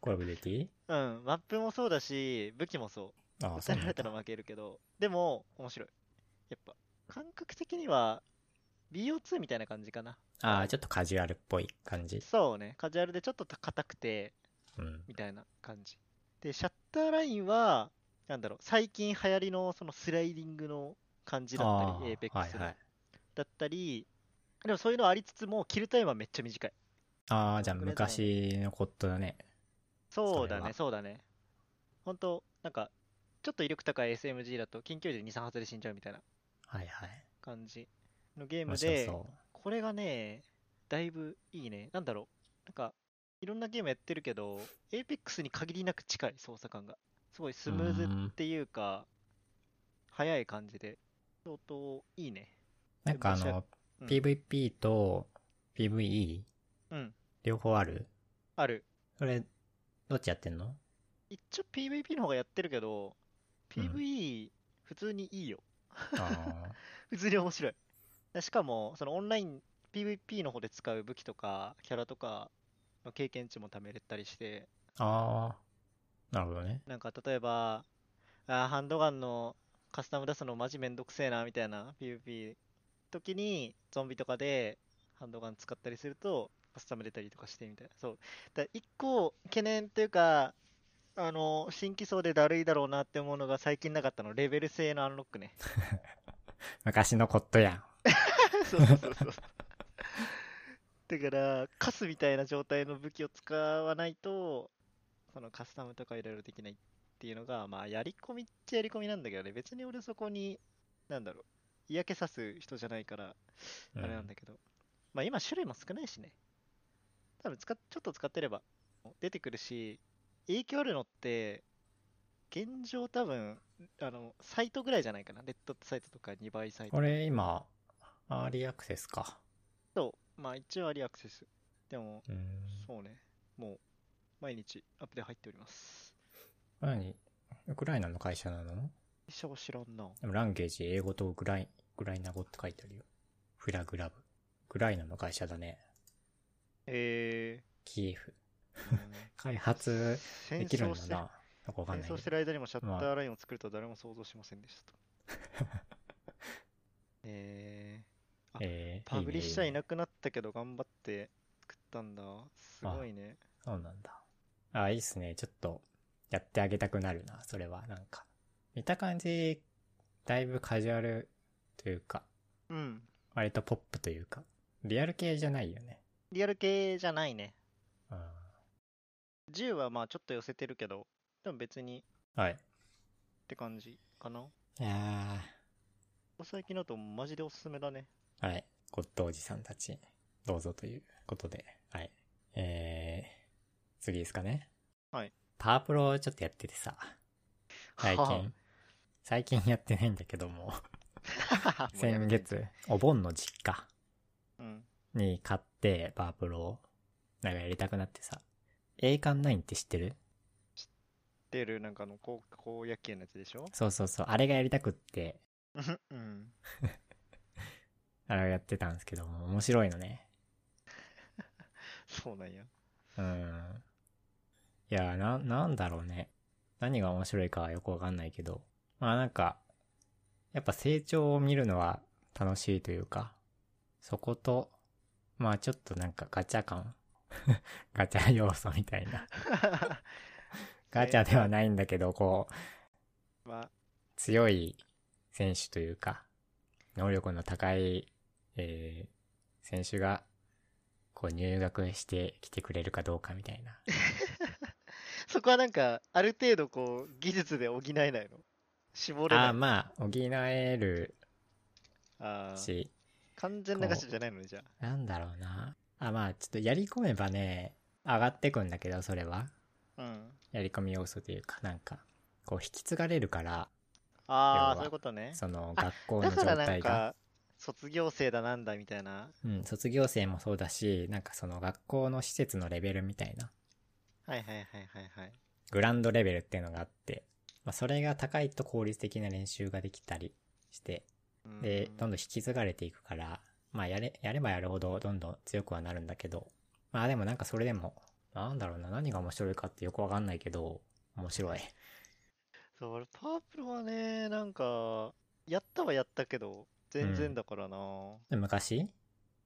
A: コールオブデューティー
B: うん、マップもそうだし、武器もそう。
A: あー、
B: 打た
A: そう
B: れ
A: なん
B: たら
A: だ。
B: 負けるけど、でも、面白い。やっぱ、感覚的には、BO2 みたいな感じかな。
A: あー、ちょっとカジュアルっぽい感じ。
B: そうね、カジュアルでちょっと硬くて、
A: うん。
B: みたいな感じ。で、シャッターラインは、なんだろう、最近流行りのそのスライディングの感じだったり、エーペッ
A: あーは
B: ク
A: い
B: ス
A: はい。
B: だったり、でもそういうのありつつも、キルタイムはめっちゃ短い。
A: あー、じゃあ昔のコットだね。
B: そう
A: そ
B: だ
A: れは
B: ね、そうだね。ほんと、なんか、ちょっと威力高い SMG だと、近距離で2、3発で死んじゃうみたいな
A: はいはい。
B: 感じのゲー
A: 面
B: ム
A: 白
B: で、
A: そ
B: これがね、だいぶいいね。なんだろう。なんか、いろんなゲームやってるけど、Apex に限りなく近い操作感が。すごいスムーズっていうか、早い感じで、相当いいね。
A: う。なんかあ
B: でも
A: の、
B: うん
A: PVP と PVE
B: うん、
A: 両方ある
B: ある。
A: それ、どっちやってん の
B: 一応 PVP の方がやってるけど、
A: うん
B: PVE、普通にいいよ。
A: あ
B: 普通に面白い。でしかも、そのオンライン、PVP の方で使う武器とか、キャラとかの経験値も貯めれたりして、
A: あ。ああ。なるほどね。
B: なんか例えば、あーハンドガンのカスタム出すのマジめんどくせえなみたいな PVP 時にゾンビとかでハンドガン使ったりするとカスタム出たりとかしてみたいな。そう。だから一個懸念っていうか、あの、新規層でだるいだろうなって思うのが最近なかったの、レベル制のアンロックね。
A: 昔のコットやん。
B: そうそうそうそう。だから、カスみたいな状態の武器を使わないと、そのカスタムとかいろいろできないっていうのが、まあ、やり込みっちゃやり込みなんだけどね、別に俺そこに、なんだろう、嫌気さす人じゃないから、あ
A: うん
B: れなんだけど、まあ今、種類も少ないしね、多分使っちょっと使ってれば出てくるし、影響あるのって、現状多分、あの、サイトぐらいじゃないかな、レッドサイトとか2倍サイト
A: これ今、アーリーアクセスか。
B: そう、まあ一応アリアクセス。でも、
A: うん。
B: そうね、もう毎日アップで入っております。
A: 何ウクライナの会社なの
B: 一生知らんな。
A: でもランゲージ、英語とウクライ、ウクライナ語って書いてあるよ。フラグラブ。ウクライナの会社だね。
B: え
A: キエフ。
B: ー、
A: 開発
B: 戦
A: できるん
B: 争
A: だ
B: して
A: な。なんかわかん
B: 戦
A: ない
B: 争し
A: けど。
B: てる間にもシャッ
A: まあ
B: ターラインを作るとは誰も想像しませんでしたと。えあ
A: え
B: ー、
A: ー、
B: パブリッシャーい
A: な
B: なくなったけど頑張って作ったんだ。すごいね。
A: そうなんだ。あ、いいっすね。ちょっと、やってあげたくなるな、それは。なんか。見た感じ、だいぶカジュアルというか、
B: うん。
A: 割とポップというか、リアル系じゃないよね。
B: リアル系じゃないね。
A: うん。
B: 銃はまあちょっと寄せてるけど、でも別に
A: はい。
B: って感じかな。
A: いや
B: お最近だとマジでおすすめだね。
A: ー。はい。ゴッドおじさんたち、どうぞということで。はい。えー、次ですかね。
B: はい。
A: パワープロをちょっとやっててさ、最
B: は
A: 近。最近やってないんだけども、
B: あ もうや
A: 先
B: めて
A: 月、お盆の実家。
B: うん。
A: に買って、パワープロを、なんかやりたくなってさ。栄冠9って知ってる
B: 出るなんかあの高校野球のやつ でしょ
A: そうそうそう、あれがやりたくって、
B: うん。
A: あれをやってたんですけども、面白いのね。
B: そうなんや。
A: うん。いやーな、なんだろうね。何が面白いかはよくわかんないけど。まあなんか、やっぱ成長を見るのは楽しいというか、そこと、まあちょっとなんかガチャ感 ガチャ要素みたいな。 ガチャではないんだけど、こう、
B: まあ、
A: 強い選手というか、能力の高い、えー選手が、こう入学してきてくれるかどうかみたいな。
B: そこはなんか、ある程度こう、技術で補えないの絞れない。
A: ああー、まあ、補える
B: あー
A: し、
B: 完全なガチじゃないのね、じゃ
A: なんだろうな。あ、まあ、ちょっとやり込めばね、上がってくんだけど、それは。
B: あ。うん。
A: やり込み要素というか、なんか、こう引き継がれるから、要
B: あ
A: は
B: あ、そういうことね。
A: その
B: あ
A: 学校の
B: だ
A: 状
B: からな
A: 態
B: ん
A: が。
B: か、卒業生だなんだみたいな。
A: うん、卒業生もそうだし、なんかその学校の施設のレベルみたいな、
B: はいはいはいはいはい。
A: グラウンドレベルっていうのがあって、まあ、それが高いと効率的な練習ができたりして、
B: うん
A: で、どんどん引き継がれていくから、まあやれ、やればやるほどどんどん強くはなるんだけど、まあでもなんかそれでも、なんだろうな、何が面白いかってよくわかんないけど、面白い。
B: そう、俺、パープルはね、なんか、やったはやったけど、全
A: うん
B: 然だからな。
A: で昔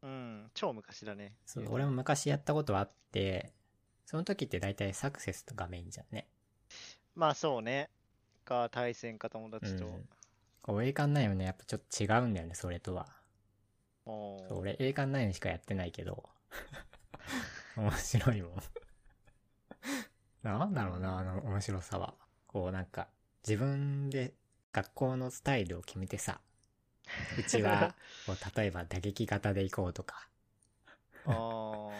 B: うん、超昔だね。
A: そう、
B: 言う
A: 俺も昔やったことはあって、その時って大体サクセスとかメインじゃんね。
B: まあそうね。か、対戦か友達と。
A: うんこう栄冠ナインはね、やっぱちょっと違うんだよね、それとは。
B: おー
A: そう俺、栄冠ナインしかやってないけど。面白いもん。なんだろうな、あの面白さは。こうなんか、自分で学校のスタイルを決めてさ、うちは、こう例えば打撃型で行こうとか、
B: あ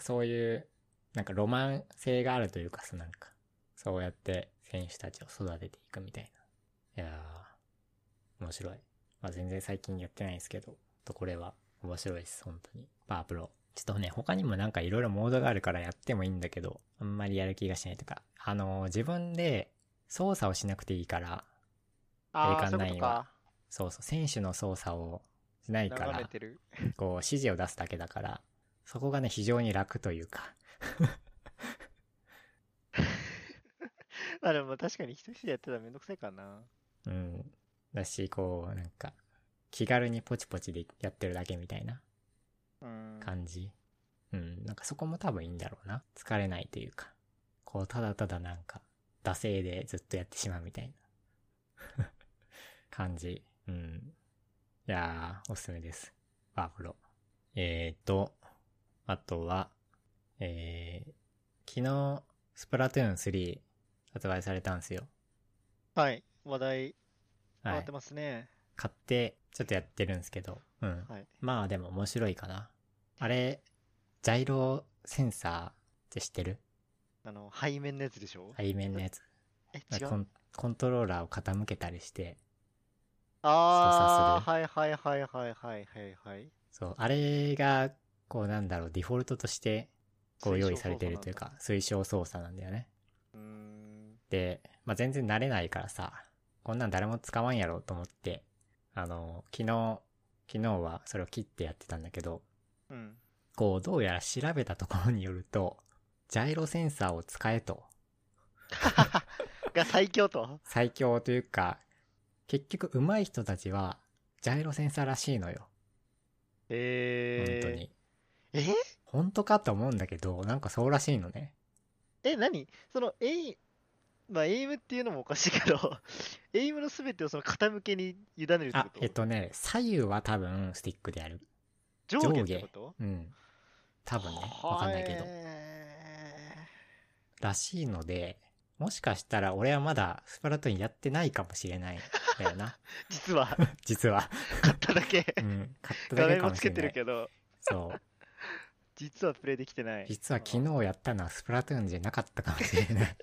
A: そういう、なんかロマン性があるというかさ、なんか、そうやって選手たちを育てていくみたいな。いやー、面白い。まあ全然最近やってないですけど、ちょっとこれは面白いです、本当に。パワープロ。ちょっとね、他にもなんかいろいろモードがあるからやってもいいんだけど、あんまりやる気がしないとか、あのー自分で操作をしなくていいから、
B: あ。
A: 栄
B: ああ、そ
A: 冠
B: う
A: ナ
B: いう
A: イ
B: こ
A: ン
B: と
A: は
B: か。
A: そうそう、選手の操作をしないか
B: 眺め
A: ら、
B: てる。
A: こう指示を出すだけだから、そこがね、非常に楽というか、
B: まあでも確かに一人でやってたらめんどくさいからな。
A: うん。だし、こう、なんか、気軽にポチポチでやってるだけみたいな
B: うん。
A: 感じ。うん。なんかそこも多分いいんだろうな。疲れないというか。こう、ただただなんか、惰性でずっとやってしまうみたいな。感じ。うん。いやー、おすすめです。ワープロ。えーと、あとは、えー、昨日、スプラトゥーン3発売されたんですよ。
B: はい。話題
A: は
B: 変わ
A: い
B: って。ますね。
A: 買って、ちょっとやってるんですけど、うん。
B: はい。
A: まあでも面白いかな。あれ、ジャイロセンサーって知ってる
B: あの、背面のやつでしょ
A: 背面のやつ。
B: え、違
A: コ
B: う。
A: ンコントローラーを傾けたりして、
B: ああ、はいはいはいはいはいはいはい。
A: そう、あれが、こうなんだろう、デフォルトとして、こう用意されてるというか、推奨操作なんだよね。
B: うーん。
A: で、まあ全然慣れないからさ、こんなん誰も使わんやろと思って、あの、昨日、昨日はそれを切ってやってたんだけど、
B: うん。
A: こう、どうやら調べたところによると、ジャイロセンサーを使えと、
B: が最強と。
A: 最強というか、結局上手い人たちは、ジャイロセンサーらしいのよ。本
B: え
A: 当
B: ー、
A: に。
B: え
A: 本当かと思うんだけど、なんかそうらしいのね。
B: え、何その、エイ、まあ、エイムっていうのもおかしいけど、 エイムのすべてをその傾けに委ねるって
A: あ
B: こ、と
A: えっとね、左右は多分スティックでやる。
B: 上下ってこと
A: うん。多分ね、わかんないけど
B: は。
A: らしいので、もしかしたら俺はまだスプラトゥーンやってないかもしれないんだよ な。
B: えー実は、
A: 実は。
B: 買っただけ
A: う。ん。買った
B: 画
A: だけ
B: 面
A: か
B: も
A: も
B: つ
A: し
B: け
A: れ
B: て
A: な
B: る
A: い。
B: けど、
A: そう。
B: 実はプレイできてない。
A: 実は昨日やったのはスプラトゥーンじゃなかったかもしれない。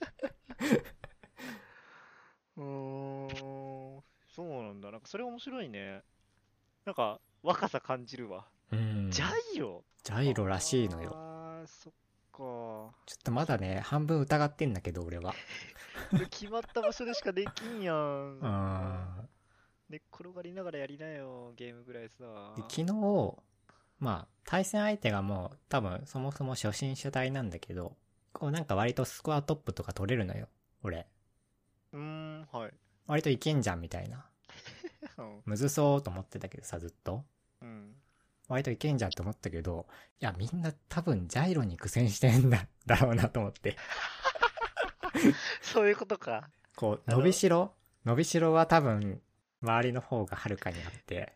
B: うーん、そうなんだ。なんかそれ面白いね。なんか、若さ感じるわ。
A: うん。
B: ジャイロ
A: ジャイロらしいのよ。
B: あー、そっか。
A: ちょっとまだね、半分疑ってんだけど、俺は。
B: これ決まった場所でしかできんやん。
A: うん。
B: 寝っ転がりながらやりなよ、ゲームぐらいさ。
A: で昨日、まあ、対戦相手がもう、多分、そもそも初心者体なんだけど、構なんか割とスコアトップとか取れるのよ、俺。
B: うーん、はい。
A: 割といけんじゃんみたいな。
B: うん
A: むずそうと思ってたけどさ、ずっと。
B: うん。
A: 割といけんじゃんと思ったけど、いや、みんな多分ジャイロに苦戦してんだだろうなと思って。
B: そういうことか。
A: こう、
B: なるほど
A: 伸びしろ伸びしろは多分、周りの方がはるかにあって、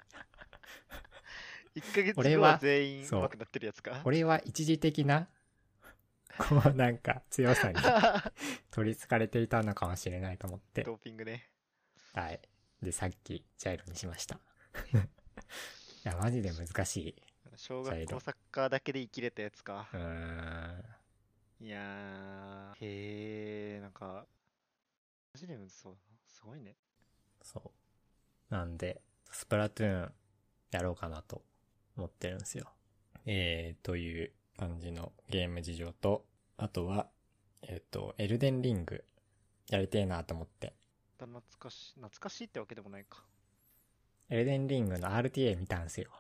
B: 1ヶ月
A: 俺
B: 後
A: は
B: は全員
A: そう
B: 上手くなってるやつか。
A: 俺は一時的な、こうなんか強 さに取り憑かれていたのかもしれないと思って
B: ド。ーピングね。
A: はい。で、さっき、ジャイロにしました。 いや、マジで難しい。
B: 小
A: サイ
B: 学
A: ド
B: 校サッカーだけで生きれたやつか
A: う。ーん。
B: いやー、へえ、なんか、マジでむずそうだな。すごいね。
A: そう。なんで、スプラトゥーンやろうかなと思ってるんですよ。えー、という感じのゲーム事情と、あとは、えっ、と、エルデンリングやりてえなと思って。
B: 懐かしい、懐かしいってわけでもないか。
A: エルデンリングの RTA 見たんですよ。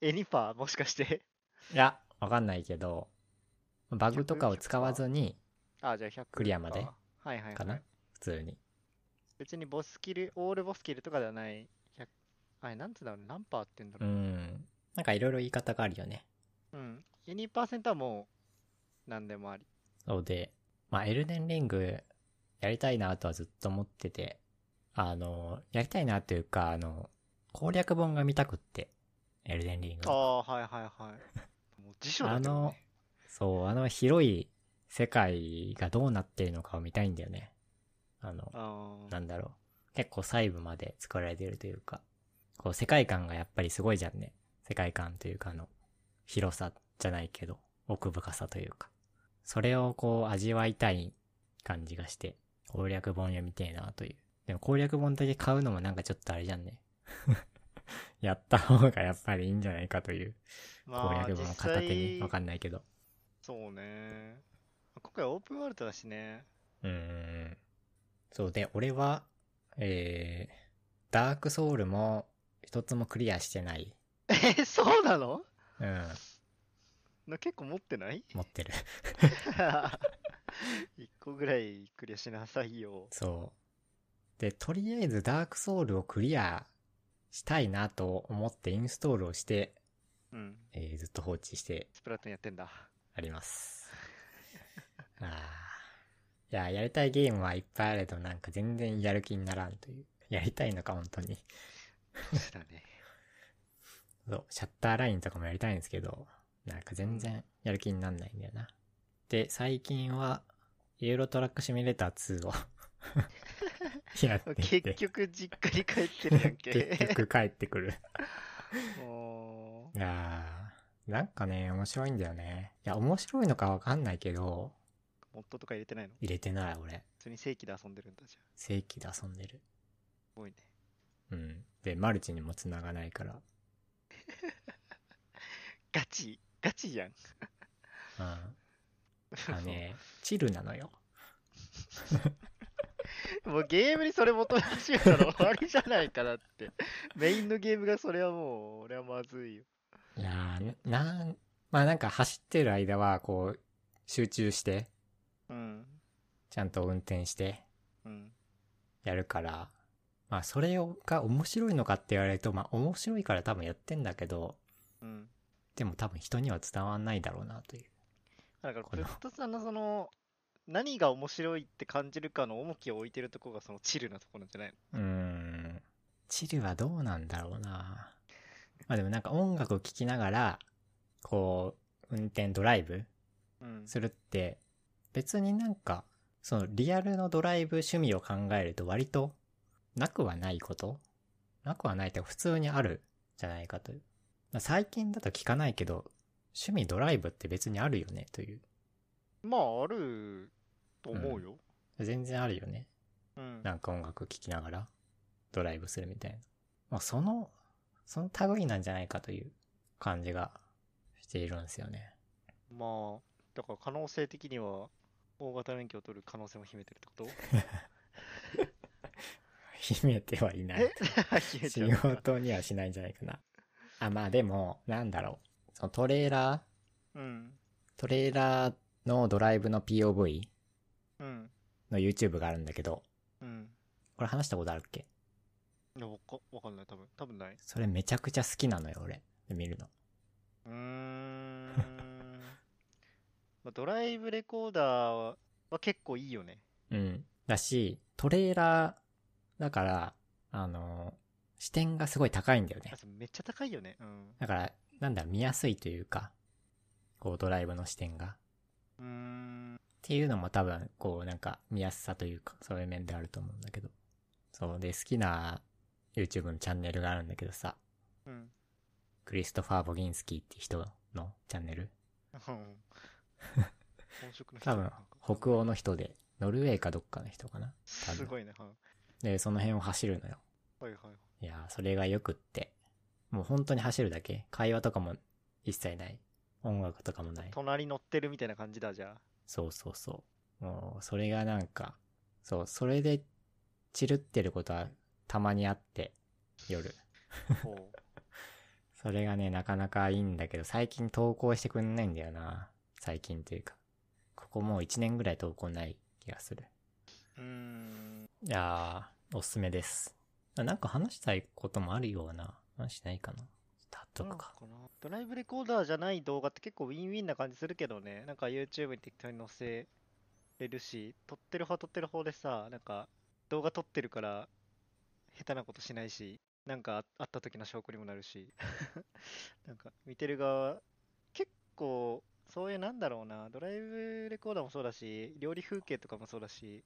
B: エニファーもしかして。
A: いや、わかんないけど、バグとかを使わずに、
B: あ、じゃあ100
A: クリアまで
B: かはいはい、はい。
A: かな普通に。
B: 別にボスキル、オールボスキルとかではない。100あれ、なんつうんだろうね、何パーって言うんだ
A: う
B: ろう。
A: ん。なんかいろいろ言い方があるよね。
B: うん。エニパーセントはもう、何でもあり。
A: そうで、まあ、エルデンリングやりたいなとはずっと思ってて、あの、やりたいなというか、あの、攻略本が見たくって、エルデンリング
B: あ
A: の。
B: あー、はいはいはい。 もう辞書だけど、ね。
A: そう、あの広い世界がどうなってるのかを見たいんだよね。あの、
B: あ
A: なんだろう。結構細部まで作られてるというか、こう世界観がやっぱりすごいじゃんね。世界観というかあの、広さじゃないけど、奥深さというか。それをこう味わいたい感じがして、攻略本読みてえなという。でも攻略本だけ買うのもなんかちょっとあれじゃんね。 やった方がやっぱりいいんじゃないかという。
B: あ、
A: 攻略本を片手に。
B: 実際
A: わかんないけど。
B: そうね。今回オープンワールドだしね。
A: うーん。そうで、俺は、えー、ダークソウルも一つもクリアしてない。
B: え、そうなの
A: うん、
B: な結構持ってない
A: 持ってる。
B: 一個ぐらいクリアしなさいよ。
A: そう。で、とりあえずダークソウルをクリアしたいなと思ってインストールをして、
B: うん。
A: えーずっと放置して
B: スプラトゥーンやってんだ。
A: あります。あーいや、やりたいゲームはいっぱいあるけど、なんか全然やる気にならんという。やりたいのか、本当に。
B: そうだね。
A: そう、シャッターラインとかもやりたいんですけど、なんか全然やる気になんないんだよな。で、最近は、ユーロトラックシミュレーター2を やっていて
B: 結局、実家に帰ってるやん
A: 結
B: け。
A: 局帰ってくる。
B: も
A: あーなんかね、面白いんだよね。いや、面白いのかわかんないけど、
B: う、モッドとか入れてないの
A: 入れてない俺。
B: 普通に正規で遊んでるんだじゃん。
A: 正規で遊んでる。
B: すごいね。
A: うん。で、マルチにも繋がないから。
B: ガチ、ガチじゃん。
A: うん。あのね、チルなのよ。
B: もうゲームにそれ求め始めた ら終わりじゃないかなって。メインのゲームがそれはもう、俺はまずいよ。
A: いやーな、なん、まあなんか走ってる間は、こう、集中して、
B: うん。
A: ちゃんと運転して
B: うん。
A: やるから、まあそれをが面白いのかって言われると、まあ面白いから多分やってんだけど、
B: うん。
A: でも多分人には伝わんないだろうなという。
B: だから、
A: こ
B: プ
A: の
B: ットさんのその、何が面白いって感じるかの重きを置いてるとこが、そのチルなとこなんじゃないの
A: うーん。チルはどうなんだろうな。まあでもなんか音楽を聴きながら、こう、運転ドライブ
B: うん。
A: するって、別になんか、そのリアルのドライブ趣味を考えると割となくはないことなくはないって普通にあるじゃないかという。まあ、最近だと聞かないけど、趣味ドライブって別にあるよねという。
B: まあ、あると思うよ。
A: 全然あるよね。
B: うん。
A: なんか音楽聴きながらドライブするみたいな。まあ、その、その類なんじゃないかという感じがしているんですよね。
B: まあ、だから可能性的には、大型免許を取る可能性も秘めてるって こと
A: 秘めてはいない。
B: 秘め て
A: 仕
B: るのか
A: 事にはしないんじゃないかな。あ、まあでも、なんだろう。そのトレーラー
B: うん。
A: トレーラーのドライブの POV
B: うん。
A: の YouTube があるんだけど、
B: うん。
A: これ話したことあるっけ
B: いや、わか、わかんない、多分。多分ない。
A: それめちゃくちゃ好きなのよ、俺。見るの。
B: うーん。 まあドライブレコーダーはは結構いいよ ね。
A: うん。だし、トレーラーだから、あのー視点がすごい高いんだよね
B: あ。めっちゃ高いよね。うん。
A: だから、なんだろう、見やすいというか、こうドライブの視点が。
B: うーん。
A: っていうのも多分、こうなんか見やすさというか、そういう面であると思うんだけど。そう。で、好きな YouTube のチャンネルがあるんだけどさ、
B: うん。
A: クリストファー・ボギンスキーって人のチャンネル。
B: うん本職の人
A: 多
B: だ
A: 分
B: な
A: 北欧の人で、ノルウェーかどっかの人かな。多分
B: すごいね。うん
A: で、その辺を走るのよ。
B: はいはい。
A: いやー、それがよくって。もう本当に走るだけ。会話とかも一切ない。音楽とかもない。
B: 隣乗ってるみたいな感じだ、じゃあ。
A: そうそうそう。もう、それがなんか、そう、それで、散るってることはたまにあって、夜。
B: ほう。
A: それがね、なかなかいいんだけど、最近投稿してくんないんだよな。最近というか。ここもう1年ぐらい投稿ない気がする。
B: うーん。
A: いやー、おすすめです。あなんか話したいこともあるような。話しないかな。たっとくか。
B: なんなドライブレコーダーじゃない動画って結構ウィンウィンな感じするけどね。なんか YouTube に適当に載せれるし、撮ってる方は撮ってる方でさ、なんか動画撮ってるから下手なことしないし、なんかああった時の証拠にもなるし、 なんか見てる側、結構そういうなんだろうな、ドライブレコーダーもそうだし、料理風景とかもそうだし、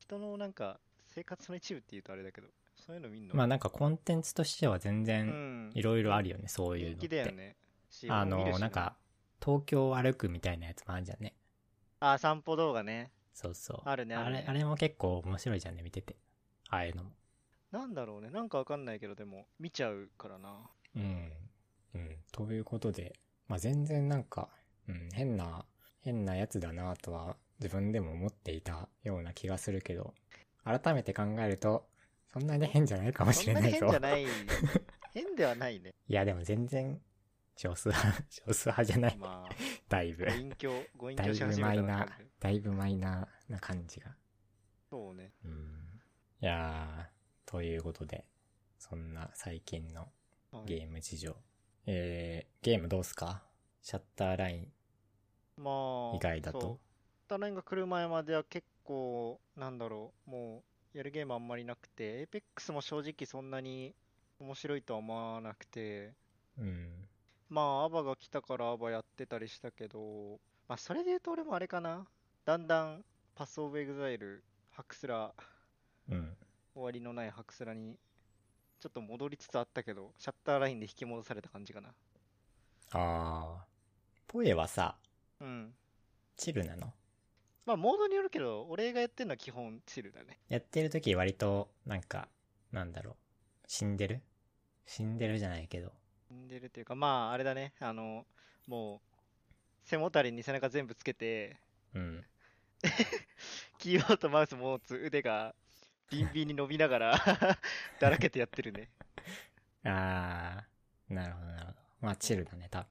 B: 人のなんか生活の一部って言うとあれだけど、そういうの見んの、
A: まあなんかコンテンツとしては全
B: う
A: 然
B: ん、
A: いろいろあるよね、そういうの
B: 人
A: っ
B: 気だよ
A: て。
B: ね。し
A: あ
B: 俺も見る
A: の、
B: し
A: なんか、東京を歩くみたいなやつもあるじゃんね。
B: あ、散歩動画ね。
A: そうそう。
B: あるねあ
A: あ
B: るね
A: れ、あれも結構面白いじゃんね、見てて。ああいうのも。
B: なんだろうね。なんかわかんないけど、でも、見ちゃうからな。
A: うん。うん。ということで、まあ全然なんか、うん、変な、変なやつだなとは自分でも思っていたような気がするけど、改めて考えると、そんなに変じゃないかもし
B: そ
A: れ
B: んな
A: な
B: に
A: い
B: 変
A: ぞ。
B: じ ゃない。変ではないね。
A: いや、でも全然、少数派、 少数派じゃない。
B: まあ、
A: だいぶ
B: ご。隠居、ご隠
A: だい
B: 居し
A: ぶ
B: 始め
A: マ
B: た
A: イ
B: な
A: ナー、だいぶマイナーな感じが。
B: そうね。
A: うん。いやー、ということで、そんな最近の
B: はい
A: ゲーム事情。えー、ゲームどうすかシャッターライン
B: まあ、
A: 以外だ
B: そう
A: と。
B: タラインが来る前までは結構、なんだろう、もう、やるゲームあんまりなくて、Apex も正直そんなに面白いとは思わなくて、
A: うん。
B: まあ、アバが来たからアバやってたりしたけど、まあ、それで言うと俺もあれかな。だんだん、パスオブエグザイル、ハクスラ、
A: うん。
B: 終わりのないハクスラに、ちょっと戻りつつあったけど、シャッターラインで引き戻された感じかな。
A: あー。ポエはさ、
B: うん。
A: チルなの
B: まあ、モードによるけど、俺がやってるのは基本チルだね。
A: やってる時割と、なんか、なんだろう。死んでる死んでるじゃないけど。
B: 死んでるっていうか、まあ、あれだね。あの、もう、背もたれに背中全部つけて、
A: うん。
B: キーボードとマウス持つ腕が、ビンビンに伸びながら だらけてやってるね。
A: あー。なるほど、なるほど。まあ、チルだね、多分。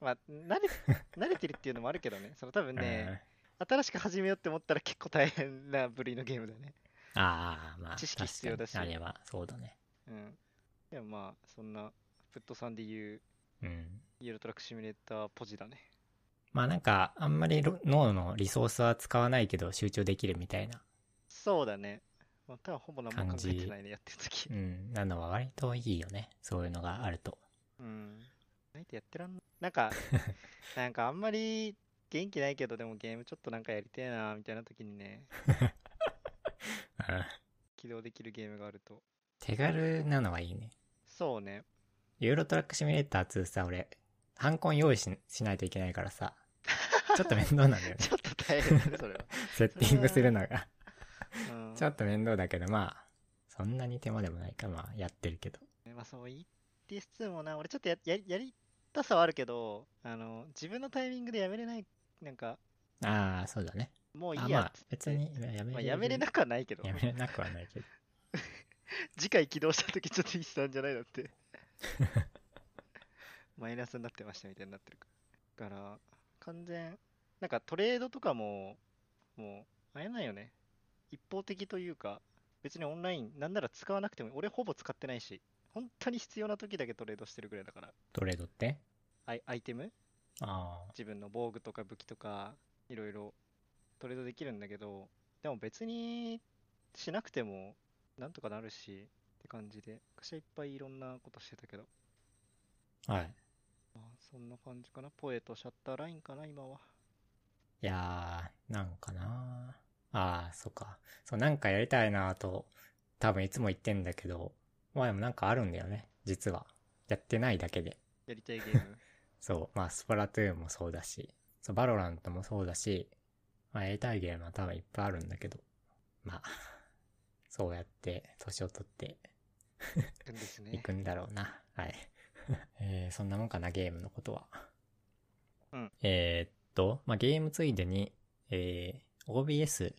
B: まあ、慣れ、 慣れてるっていうのもあるけどね、その多分
A: うん
B: ね、新しく始めようって思ったら結構大変な部類のゲームだね。
A: ああ、まあ、
B: 知識
A: 確か
B: 必要
A: に
B: だし
A: あれは、そうだね。
B: うん。でもまあ、そんな、フットさんで言う、
A: うん。
B: イエロートラックシミュレーターポジだね。
A: まあなんか、あんまりろ脳のリソースは使わないけど集中できるみたいな、
B: そうだね。まあ、多分ほぼ何も
A: 感
B: 考
A: じ
B: えてないね、やってる時
A: う。ん、なのは割といいよね。そういうのがあると。
B: うん。ないとやってらんな んか、なんかあんまり元気ないけど、でもゲームちょっとなんかやりてえな、みたいな時にね、
A: うん
B: 起動できるゲームがあると。
A: 手軽なのはいいね。
B: そ うね。
A: ユーロトラックシミュレーター2さ、俺、ハンコン用意ししないといけないから さ、ちょっと面倒なんだよね。
B: ちょっと大変だね、それは。
A: セッティングするのが。
B: うん
A: ちょっと面倒だけど、まあ、そんなに手間でもないから、まあ、やってるけど。
B: ねまあそう ETS2 もな、俺ちょっとやややりたさはあるけど、あの、自分のタイミングでやめれない、なんか、
A: ああ、そうだね。
B: もうい
A: あ
B: い
A: ま
B: やっ
A: あ
B: つっ、
A: 別
B: て
A: に、やめ
B: まあやめれなくはないけど、
A: やめれなくはないけど。
B: 次回起動した時ちょっといったんじゃないのって。 マイナスになってましたみたいになってるから。から、完全、なんかトレードとかも、もう、あれなんよね。一方的というか、別にオンライン、なんなら使わなくてもいい、俺ほぼ使ってないし、本当に必要な時だけトレードしてるぐらいだから、
A: トレードって
B: アイアイテム
A: あ
B: 自分の防具とか武器とかいろいろトレードできるんだけどでも別にしなくてもなんとかなるしって感じで昔はいっぱいいろんなことしてたけど、
A: あ。はい。
B: まあ、そんな感じかなポエとシャッターラインかな今はい
A: やー、なんかなああ、そっか。そう、なんかやりたいなと、多分いつも言ってんだけど、まあでもなんかあるんだよね、実は。やってないだけで。
B: やりたいゲーム
A: そう、まあスプラトゥーンもそうだし、そう、バロラントもそうだし、まあやりたいゲームは多分いっぱいあるんだけど、まあ、そうやって、年を取って
B: い くんです
A: い
B: ね
A: くんだろうな。はい。えーそんなもんかな、ゲームのことは。
B: うん
A: えーっと、まあ、ゲームついでに、えー OBS。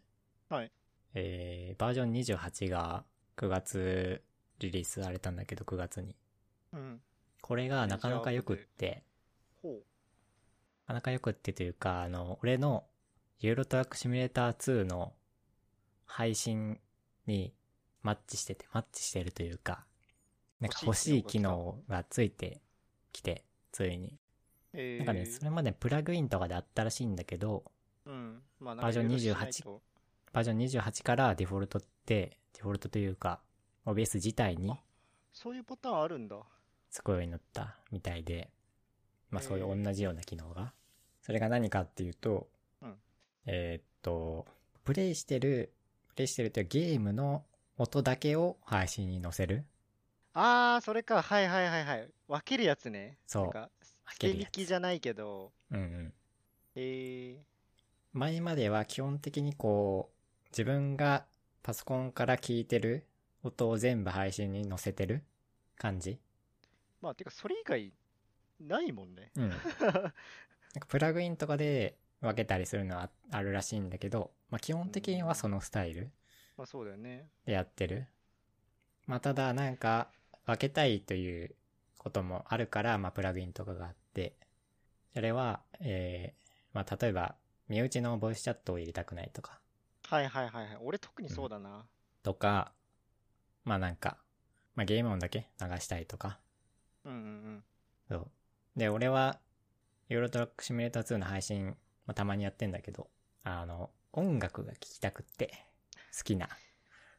B: はい
A: えーバージョン28が9月リリースされたんだけど、9月に。
B: うん
A: これがなかなかよくって、
B: ほう
A: なかなかよくってというか、あの、俺の、ユーロトラックシミュレーター2の配信にマッチしてて、マッチしてるというか、なんか欲
B: 欲
A: し
B: し
A: い
B: い
A: 機
B: 機
A: 能
B: 能
A: がついてきて、ついに。
B: え
A: なんかね、それまでプラグインとかであったらしいんだけど、
B: うんまあ
A: バージョン28バージョン28からデフォルトって、デフォルトというか、OBS 自体に
B: あそういうパターンあるんだ
A: 使うようになったみたいで、まあ
B: へー
A: そういう同じような機能が。それが何かっていうと
B: うん、
A: えーっと、プレイしてる、プレイしてるっていうゲームの音だけを配信に載せる。
B: あーそれかはいはいはいはい分けるやつね
A: そう
B: なんか
A: 分
B: 捨
A: け
B: て
A: るやつ
B: 引きじゃないけど
A: うんうん。
B: えー
A: 前までは基本的にこう、自分がパソコンから聞いてる音を全部配信に載せてる感じ。
B: まあ、てか、それ以外、ないもんね。
A: うん。なんかプラグインとかで分けたりするのはあるらしいんだけど、まあ基本的にはそのスタイル。
B: まあ、そうだよね。
A: でやってる。まあ、ただなんか分けたいということもあるから、まあ、プラグインとかがあって、それは、えー、まあ、例えば、身内のボイスチャットを入れたくないとか、
B: はいはいはいはい。俺、特にそうだな。
A: とか、まあ、なんか、まあ、ゲーム音だけ流したいとか、
B: うんうんうん。
A: そう。で、俺は、ユーロトラックシミュレーター2の配信、まあ、たまにやってんだけど、あの、音楽が聴きたくって、好きな。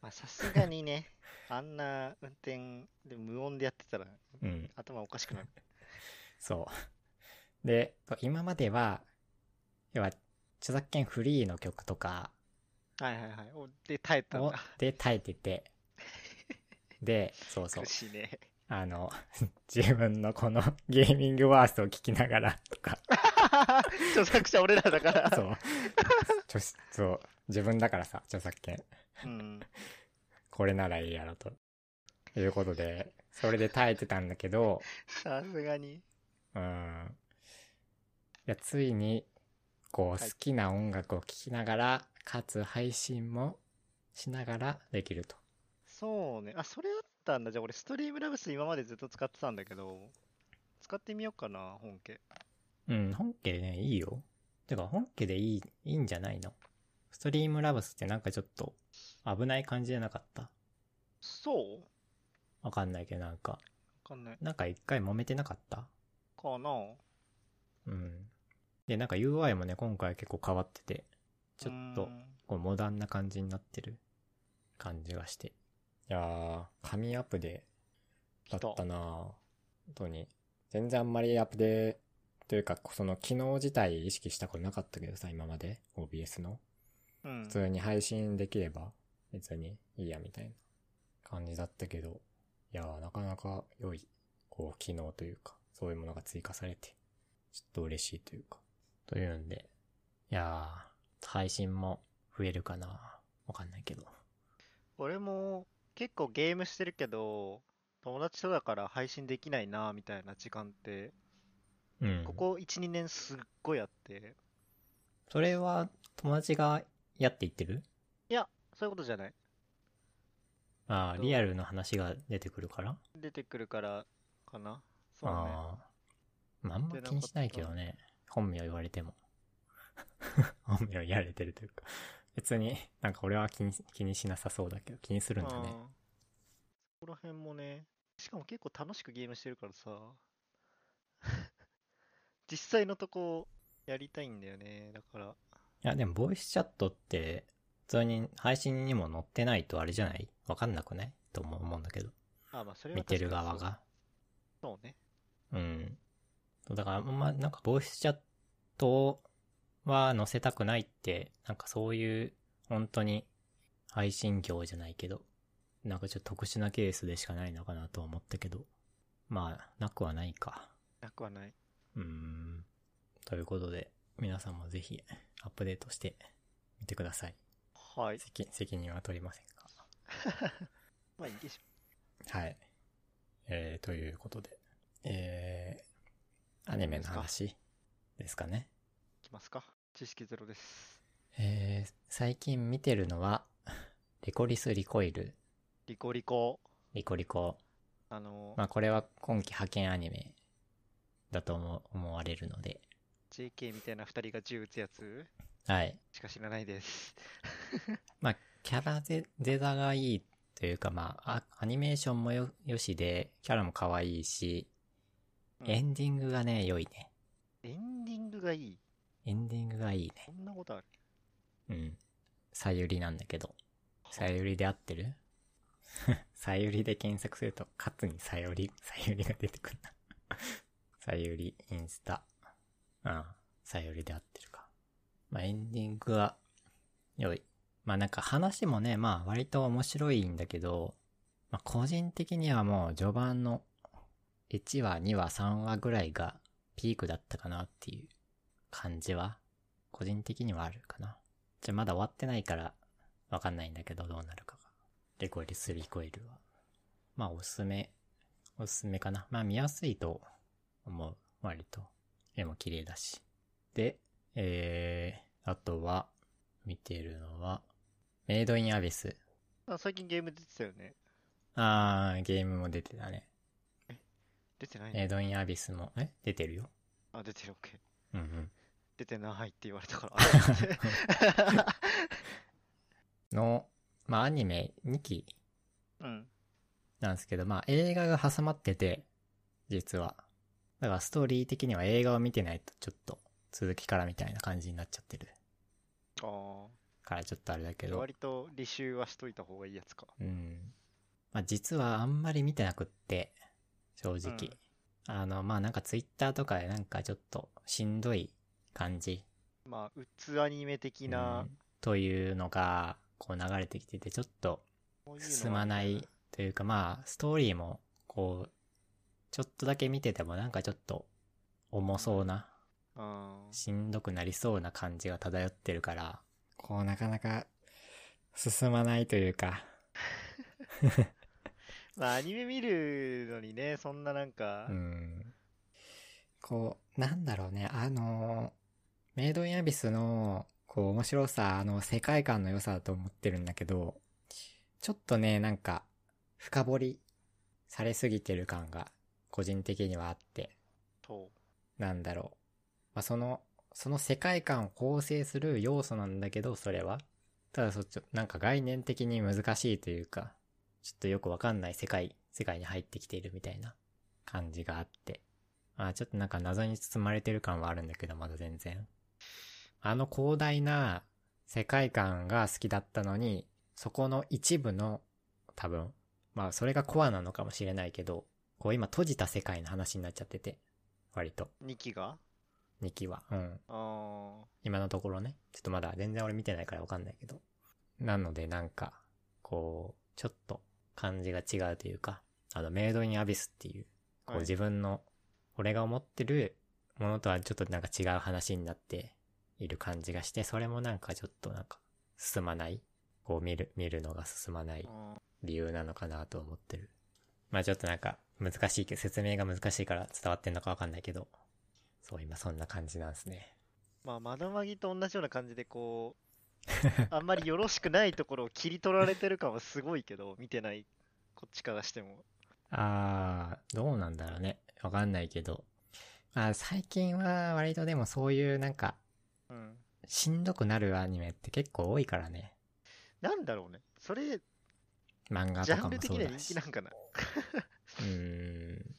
B: まあ、さすがにね、 あんな運転で無音でやってたら、
A: うん。
B: 頭おかしくなる。
A: そう。で、今までは、要は、著作権フリーの曲とか
B: はいはいはい。おで、耐えたん
A: を
B: だ。
A: で耐えて て、で、そうそう
B: 苦、しいね。
A: あの、 自分のこのゲーミングワーストを聞きながらと か、
B: 著作者、俺らだから。
A: そう、著そう、自分だからさ、著作権、
B: うん。
A: これならいいやろと。いうことで、それで耐えてたんだけど、
B: さすがに。
A: うん。いや、ついに、こう、好
B: はい
A: きな音楽を聴きながら、かつ配信もしながらできると。
B: そうね。あ、それあったんだ。じゃあ、俺、ストリームラブス今までずっと使ってたんだけど、使ってみようかな、本家。
A: うん、本家でね、いいよ。てか、本家でいい、いいんじゃないのストリームラブスってなんかちょっと、危ない感じじゃなかった
B: そうわ
A: わかんないけど、なんか、
B: かんない。
A: なんか一回揉めてなかった
B: かな。
A: うん。で、なんか UI もね、今回結構変わってて、ちょっ
B: う
A: と
B: ー、ん
A: こうモダンな感じになってる感じがして。いやー、紙アップで、だったなぁ本当に。全然あんまりアップデというか、その機能自体意識したことなかったけどさ、今まで。OBS の。
B: うん
A: 普通に配信できれば、別にいいやみたいな感じだったけど、いやー、なかなか良い、こう、機能というか、そういうものが追加されて、ちょっと嬉しいというか。というんで、いやー、配信も増えるかなわかんないけど。
B: 俺も結構ゲームしてるけど、友達とだから配信できないなみたいな時間って、
A: うん。
B: ここ1、2年すっごいあって、
A: それは、友達がやっていってる
B: そういうことじゃない。
A: ああ、
B: どう
A: リアルの話が出てくるから
B: 出てくるからかな。そうね。
A: ああー。まあ、あんま気にしないけどね。本名言われても。 本名やれてるというか。別に、なんか俺は気に気にしなさそうだけど、気にするんだ
B: うん
A: ね。
B: そこら辺もね、しかも結構楽しくゲームしてるからさ、 実際のとこやりたいんだよね、だから。
A: いや、でもボイスチャットって、普通に配信にも載ってないとあれじゃないわかんなくないとも思うんだけど。
B: あ、まあそれは
A: 見
B: 確か
A: て
B: に
A: る側
B: そう。
A: が。
B: そうね。
A: うん。だからあんま、なんかボイスチャットは載せたくないって、なんかそういう、本当に配信業じゃないけど、なんかちょっと特殊なケースでしかないのかなとは思ったけど、まあ、なくはないか。
B: なくはない。
A: うーん。ということで、皆さんもぜひアップデートしてみてください。
B: はい。
A: 責責任は取りませんか
B: まあいいでし
A: はい。えー、ということで、えー、アニメの話ですかね。
B: ょ。いきますか。知識ゼロです。
A: えー、最近見てるのは、リコリス・リコイル、
B: リコリコ。
A: リコリコ。
B: あの、
A: まあ、これは今季派遣アニメだと思思われるので、
B: JK みたいな二人が銃撃つやつ
A: はい。
B: しか知らないです。
A: まあ、キャラゼゼザがいいというか、まあ、あアニメーションもよよしで、キャラも可愛いし、
B: うん
A: エンディングがね、良いね。
B: エンディングがいい。
A: エンディングがいいね。
B: こんなことある。
A: うん。さゆりなんだけど。さゆりで合ってる さゆりで検索すると、カツにさゆり、さゆりが出てくるな。 さゆり、インスタ。うん。さゆりで合ってるか。まあ、エンディングは、良い。まあ、なんか話もね、まあ、割と面白いんだけど、まあ、個人的にはもう序盤の1話、2話、3話ぐらいがピークだったかなっていう感じは、個人的にはあるかな。じゃあまだ終わってないから、わかんないんだけど、どうなるかが。リコイル、スリコイルは。まあ、おすすめ、おすすめかな。まあ、見やすいと思う。割と。絵も綺麗だし。で、えー、あとは、見てるのは、メイドインアビス。
B: あ最近ゲーム出てたよね。
A: あー、ゲームも出てたね。
B: 出てないの
A: メイドインアビスも、え出てるよ。
B: あ、出てる、OK。
A: うんうん。
B: 出てないって言われたから。 あ
A: の、まあ、アニメ2期
B: うん。
A: なんですけど、まあ映画が挟まってて、実は。だからストーリー的には映画を見てないとちょっと続きからみたいな感じになっちゃってる
B: あ
A: からちょっとあれだけ
B: あ。
A: ど。
B: 割と履修はしといた方がいいやつか。
A: うん。まあ実はあんまり見てなくって、正直。あの、まあなんかツイッターとかでなんかちょっとしんどい感じ
B: まあ、うつアニメ的な
A: う、んというのがこう流れてきてて、ちょっと
B: こういうのは
A: 進まない
B: ね
A: というかまあストーリーもこうちょっとだけ見ててもなんかちょっと重そうな
B: うん。
A: しんどくなりそうな感じが漂ってるからこうなかなか進まないというか
B: まあ、アニメ見るのにね、そんななんか
A: う、んこうなんだろうねあのメイドインアビスのこう面白さあの世界観の良さだと思ってるんだけどちょっとねなんか深掘りされすぎてる感が個人的にはあって
B: と、
A: なんだろう。まあ、その、その世界観を構成する要素なんだけど、それは。ただそっち、なんか概念的に難しいというか、ちょっとよくわかんない世界、世界に入ってきているみたいな感じがあって。まあ、ちょっとなんか謎に包まれてる感はあるんだけど、まだ全然。あの広大な世界観が好きだったのに、そこの一部の、多分、まあそれがコアなのかもしれないけど、こう今閉じた世界の話になっちゃってて、割と。
B: 2期が
A: 2期は。うん。
B: あ
A: 今のところね。ちょっとまだ全然俺見てないからわかんないけど。なのでなんか、こう、ちょっと感じが違うというか、あの、メイドインアビスっていう、
B: あ。
A: こう自分の、俺が思ってるものとはちょっとなんか違う話になっている感じがして、それもなんかちょっとなんか進まない。こう見る、見るのが進まない
B: 分。
A: 理由なのかなと思ってる。まあちょっとなんか難しいけど、説明が難しいから伝わってんのかわかんないけど、そう今そんな感じなんですね。
B: まあ、まだまぎと同じような感じで、こう、 あんまりよろしくないところを切り取られてる感はすごいけど、見てない、こっちからしても。
A: あー、どうなんだろうね。わかんないけど。まあ最近は割とでもそういうなんか、
B: うん。
A: しんどくなるアニメって結構多いからね。
B: なんだろうね。それ、
A: 漫画
B: ジ
A: と
B: ャ
A: か
B: ンル
A: も
B: 的
A: そう
B: には
A: だ
B: 人
A: し。
B: 気なんかな。
A: うーん。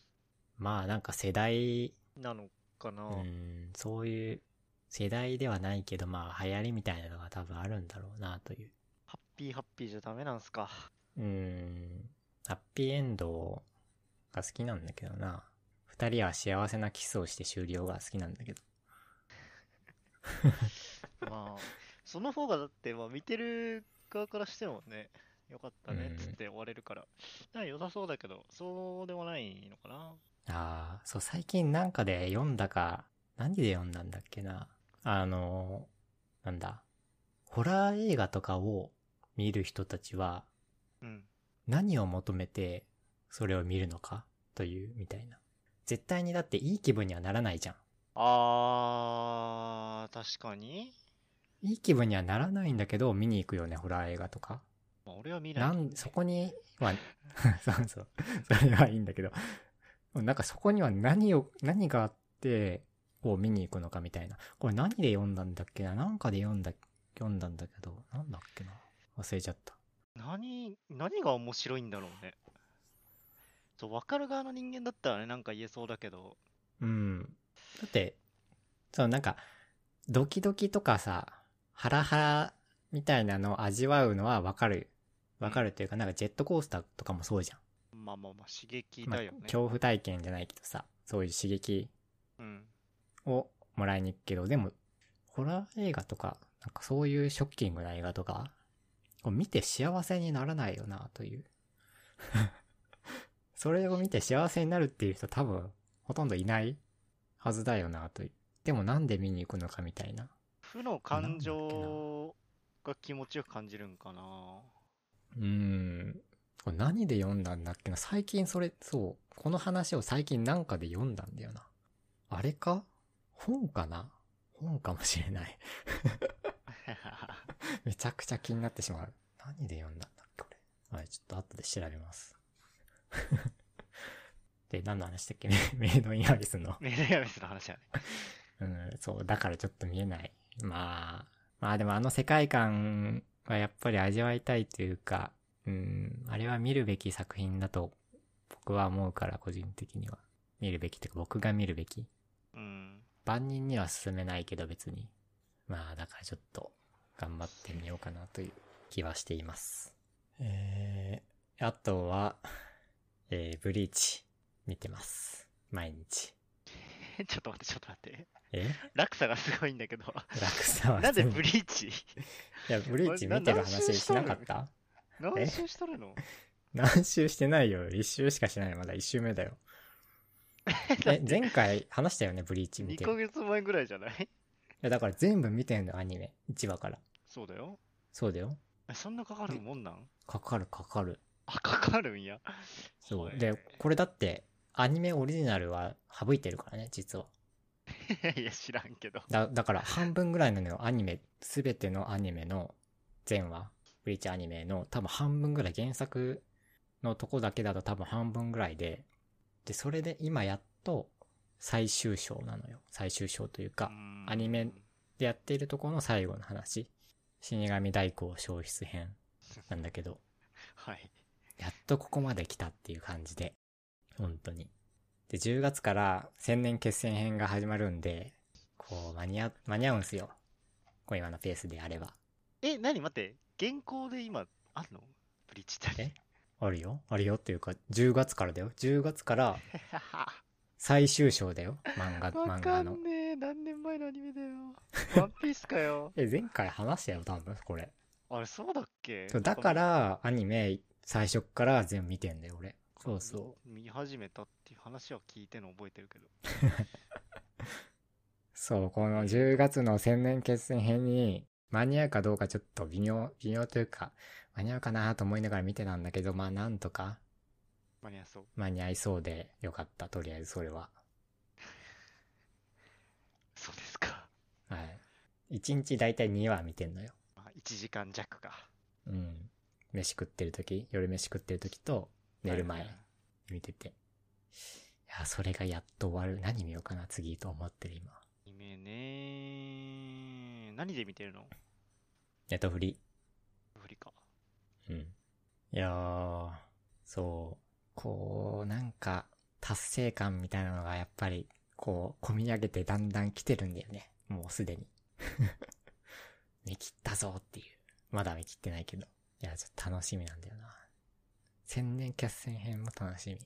A: まあなんか世代、
B: なのかな。
A: うーん、そういう世代ではないけど、まあ流行りみたいなのが多分あるんだろうなという。
B: ハッピーハッピーじゃダメなんすか。
A: うーん。ハッピーエンドが好きなんだけどな。二人は幸せなキスをして終了が好きなんだけど。
B: まあ、その方がだって、まあ、見てる側からしてもね、よかったねっつって終われるから。なんか良さそうだけど、そうでもないのかな。
A: ああ、そう、最近なんかで読んだか、何で読んだんだっけな。あの、なんだ。ホラー映画とかを見る人たちは
B: うん。
A: 何を求めてそれを見るのかというみたいな。絶対にだっていい気分にはならないじゃん。
B: あー、確かに。
A: いい気分にはならないんだけど見に行くよね、ホラー映画とか。
B: まあ、俺は見ない
A: な
B: けど
A: ん、
B: ね
A: そこには、 そうそう。それはいいんだけど。なんかそこには何を、何があって、こう見に行くのかみたいな。これ何で読んだんだっけななんかで読んだ、読んだんだけど、なんだっけな忘れちゃった。
B: 何、何が面白いんだろうね。そう、分かる側の人間だったらね、なんか言えそうだけど。
A: うん。だって、そのなんか、ドキドキとかさ、ハラハラみたいなのを味わうのはわかる。わかるというか、なんかジェットコースターとかもそうじゃん。
B: まあまあまあ、刺激
A: まあ
B: だよね。
A: 恐怖体験じゃないけどさ、そういう刺激
B: うん。
A: をもらいに行くけど、でも、ホラー映画とか、なんかそういうショッキングな映画とか、こう見て幸せにならないよな、という。 それを見て幸せになるっていう人多分、ほとんどいないはずだよな、という。でもなんで見に行くのかみたいな。
B: 負の感情が気持ちよく感じるんかな。
A: うーん。これ何で読んだんだっけな最近それ、そう。この話を最近なんかで読んだんだよな。あれか本かな本かもしれない。めちゃくちゃ気になってしまう。何で読んだんだっけ、これ。はい、ちょっと後で調べます。 で、何の話だっけ ねメイドインアビスの。
B: メディアミスの話だね。
A: うん、そう、だからちょっと見えない。まあ、まあでもあの世界観はやっぱり味わいたいというか、うん、あれは見るべき作品だと僕は思うから、個人的には。見るべきというか、僕が見るべき。
B: うん。
A: 万人には勧めないけど別に。まあだからちょっと頑張ってみようかなという気はしています。えー、あとは、えー、ブリーチ見てます。毎日。
B: ちょっと待って、ちょっと待って。
A: え
B: 落差がすごいんだけど。
A: 落差は
B: なぜ
A: 全
B: ブリーチ
A: いや、ブリーチ見てる話しなかった
B: 何周しとるの
A: 何周してないよ。一周しかしない。まだ一周目だよ。 え、 前回話したよね、ブリーチ見
B: ?2
A: て。い
B: ヶ月前ぐらいじゃない
A: や、だから全部見てんの、アニメ。1話から。
B: そうだよ。
A: そうだよ。
B: えそんなかかるもんなん
A: かかる、かかる。
B: あ、かかるんや。
A: そ
B: は
A: う。
B: い
A: で、これだって、アニメオリジナルは省いてるからね、実は。
B: いやいや、知らんけど。
A: だ、だから半分ぐらいのね、アニメ、すべてのアニメの全話、ブリーチアニメの多分半分ぐらい、原作のとこだけだと多分半分ぐらいで、で、それで今やっと最終章なのよ。最終章というか、アニメ
B: うん
A: でやっているところの最後の話。死神大工消失編なんだけど、
B: はい。
A: やっとここまで来たっていう感じで、本当に。で、10月から千年決戦編が始まるんで、こう、間に合、間に合うんすよ。こう今のペースであれば。
B: え、何待って。原稿で今、あんのブリッジって。
A: えあるよあるよっていうか、10月からだよ。10月から 最終章だよ。漫画、
B: わ
A: 漫
B: か
A: 画の
B: ん。ねえ。何年前のアニメだよ。ワンピースかよ。
A: え、前回話したよ、多分、これ。
B: あれ、そうだっけ
A: そうだか、ら、アニメ、最初っから全部見てんだよ、俺。そうそう。
B: う。見始めたっていう話は聞いての覚えてるけど。
A: そう、この10月の千年決戦編に間に合うかどうかちょっと微妙、微妙というか、間に合うかなと思いながら見てたんだけど、まあなんとか
B: 間に合いそう。
A: 間に合いそうでよかった、とりあえずそれは。
B: そうですか。
A: はい。1日だいたい2話見てんのよ。
B: まあ、1時間弱か。
A: うん。飯食ってる時、夜飯食ってる時と寝る前
B: はいはい
A: 見てて。いや、それがやっと終わる。何見ようかな、次と思ってる今。
B: アニメね何で見てるの
A: ネトフリ。
B: フリか。
A: うん。いやー、そう。こう、なんか、達成感みたいなのがやっぱり、こう、込み上げてだんだん来てるんだよね。もうすでに。 見切ったぞっていう。まだ見切ってないけど。いや、ちょっと楽しみなんだよな。千年決戦編も楽しみ。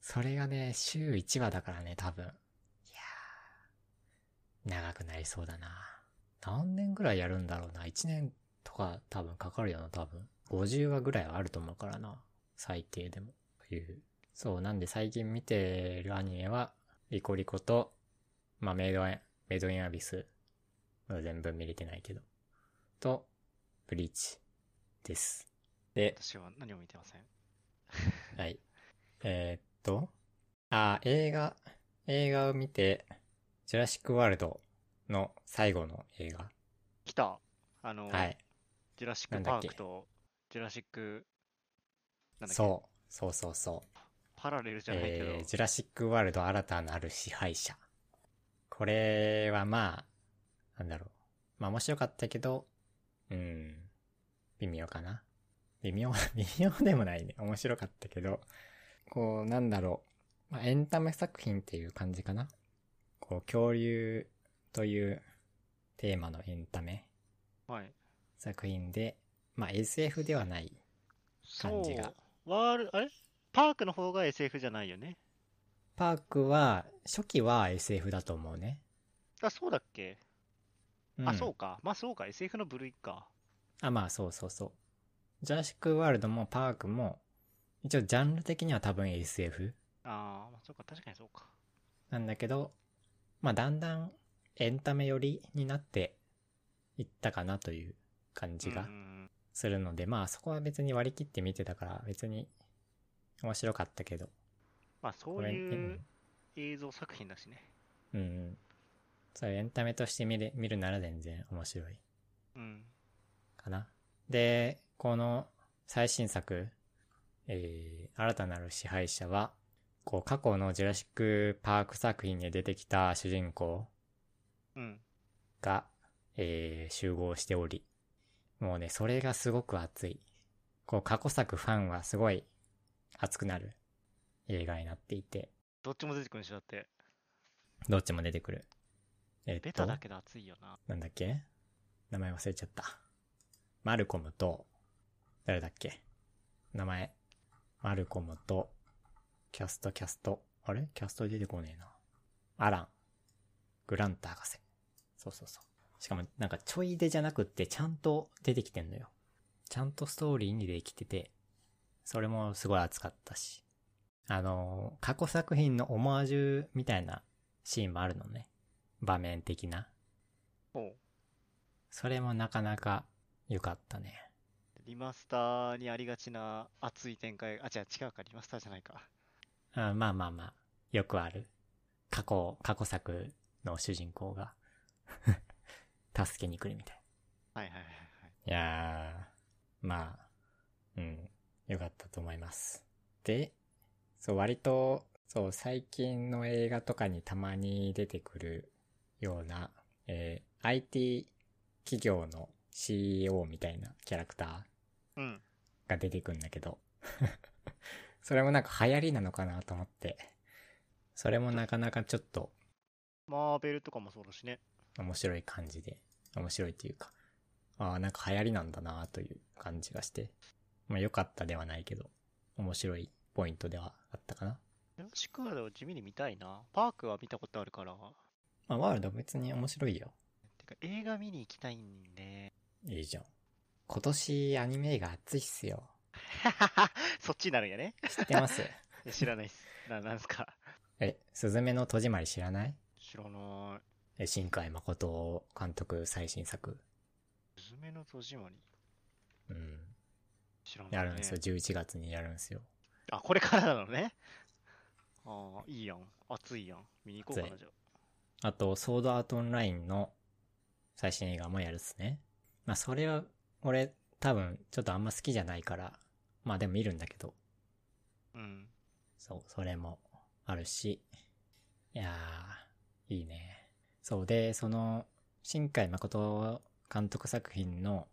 A: それがね、週1話だからね、多分。いやー、長くなりそうだな。何年ぐらいやるんだろうな。1年とか多分かかるよな、多分。50話ぐらいはあると思うからな。最低でも。という。そう、なんで最近見てるアニメは、リコリコと、まあ、メイドアイメイドインアビス。まだ全部見れてないけど。と、ブリーチです。で、
B: 私は何も見てません。
A: はい。えーっと、あー、映画、映画を見て、ジュラシックワールドの最後の映画。
B: 来たあの、
A: はい。
B: ジュラシッ
A: な
B: ク
A: んだ
B: パ
A: っけ
B: ークと、ジュラシック、なんだっけ
A: そう。そうそうそう。
B: パラレルじゃないけど、
A: えー、ジュラシック・ワールド新たなる支配者。これはまあ、なんだろう。まあ面白かったけど、うん、微妙かな。微妙、 微妙でもないね。面白かったけど、こう、なんだろう。まあエンタメ作品っていう感じかな。こう、恐竜というテーマのエンタメ
B: はい。
A: 作品で、まあ SF ではない。感じが
B: そう。ワール、あれパークの方が SF じゃないよね。
A: パークは、初期は SF だと思うね。
B: あ、そうだっけ、あ、
A: ん
B: そうか。まあそうか。SF の部類か。
A: あ、まあそうそうそう。ジュラシック・ワールドもパークも、一応ジャンル的には多分 SF
B: ああ、まあそうか。確かにそうか。
A: なんだけど、まあだんだんエンタメ寄りになっていったかなという感じ
B: う
A: が
B: んうん
A: するので、まあそこは別に割り切って見てたから別に面白かったけど。
B: まあそ
A: こ
B: う
A: れ
B: いう映像作品だしね。
A: うん。うん。そういうエンタメとして見れ見るなら全然面白い。
B: うん。
A: かな。で、この最新作、えー新たなる支配者は、こう、過去のジュラシック・パーク作品に出てきた主人公
B: うん。
A: が、えー集合しており、もうね、それがすごく熱い。こう、過去作ファンはすごい熱くなる映画になっていて、
B: どっちも出てくるんでしょだって。
A: どっちも出てくる。えっ
B: ベ
A: と
B: タだけど熱いよな。
A: なんだっけ名前忘れちゃった。マルコムと、誰だっけ名前。マルコムと、キャスト、キャスト。あれキャスト出てこねえな。アラン。グラント博士。そうそうそう。しかも、なんかちょい出じゃなくって、ちゃんと出てきてんのよ。ちゃんとストーリーにできてて、それもすごい熱かったし。あのー過去作品のオマージュみたいなシーンもあるのね。場面的な。
B: おう
A: それもなかなか良かったね。
B: リマスターにありがちな熱い展開。あ、違う、違うか。リマスターじゃないか。
A: あまあまあまあ、よくある。過去、過去作の主人公が、 助けに来るみたい。
B: はいはいはいはい。
A: いやー、まあ、うん、良かったと思います。で、そう、割と、そう、最近の映画とかにたまに出てくるような、えー IT 企業の CEO みたいなキャラクター。
B: うん。
A: が出てくんだけど。 それもなんか流行りなのかなと思って。それもなかなかちょっと
B: マーベルとかもそうだしね。
A: 面白い感じで、面白いというか、ああ、なんか流行りなんだなという感じがして。まあ良かったではないけど、面白いポイントではあったかな。
B: ジュラシックワールドを地味に見たいな。パークは見たことあるから。
A: まあワールド別に面白いよ。
B: てか映画見に行きたいんで。
A: いいじゃん。今年アニメ映画熱いっすよ。
B: そっちになるんやね。
A: 知ってます
B: いや知らないっす。 な、なんすか。
A: え、すずめの戸締まり知らない
B: 知らない。
A: え新海誠監督最新作。
B: スズメの戸締まり
A: うん。
B: 知らない、ね。
A: やるんですよ。11月にやるんですよ。
B: あ、これからなのね。ああ、いいやん。暑いやん。見に行こうかな、
A: 暑
B: じゃあ。
A: あと、ソードアートオンラインの最新映画もやるっすね。まあ、それは、俺、多分、ちょっとあんま好きじゃないから、まあでも見るんだけど、
B: うん。
A: そう、それもあるし、いやー、いいね。そうで、その、新海誠監督作品の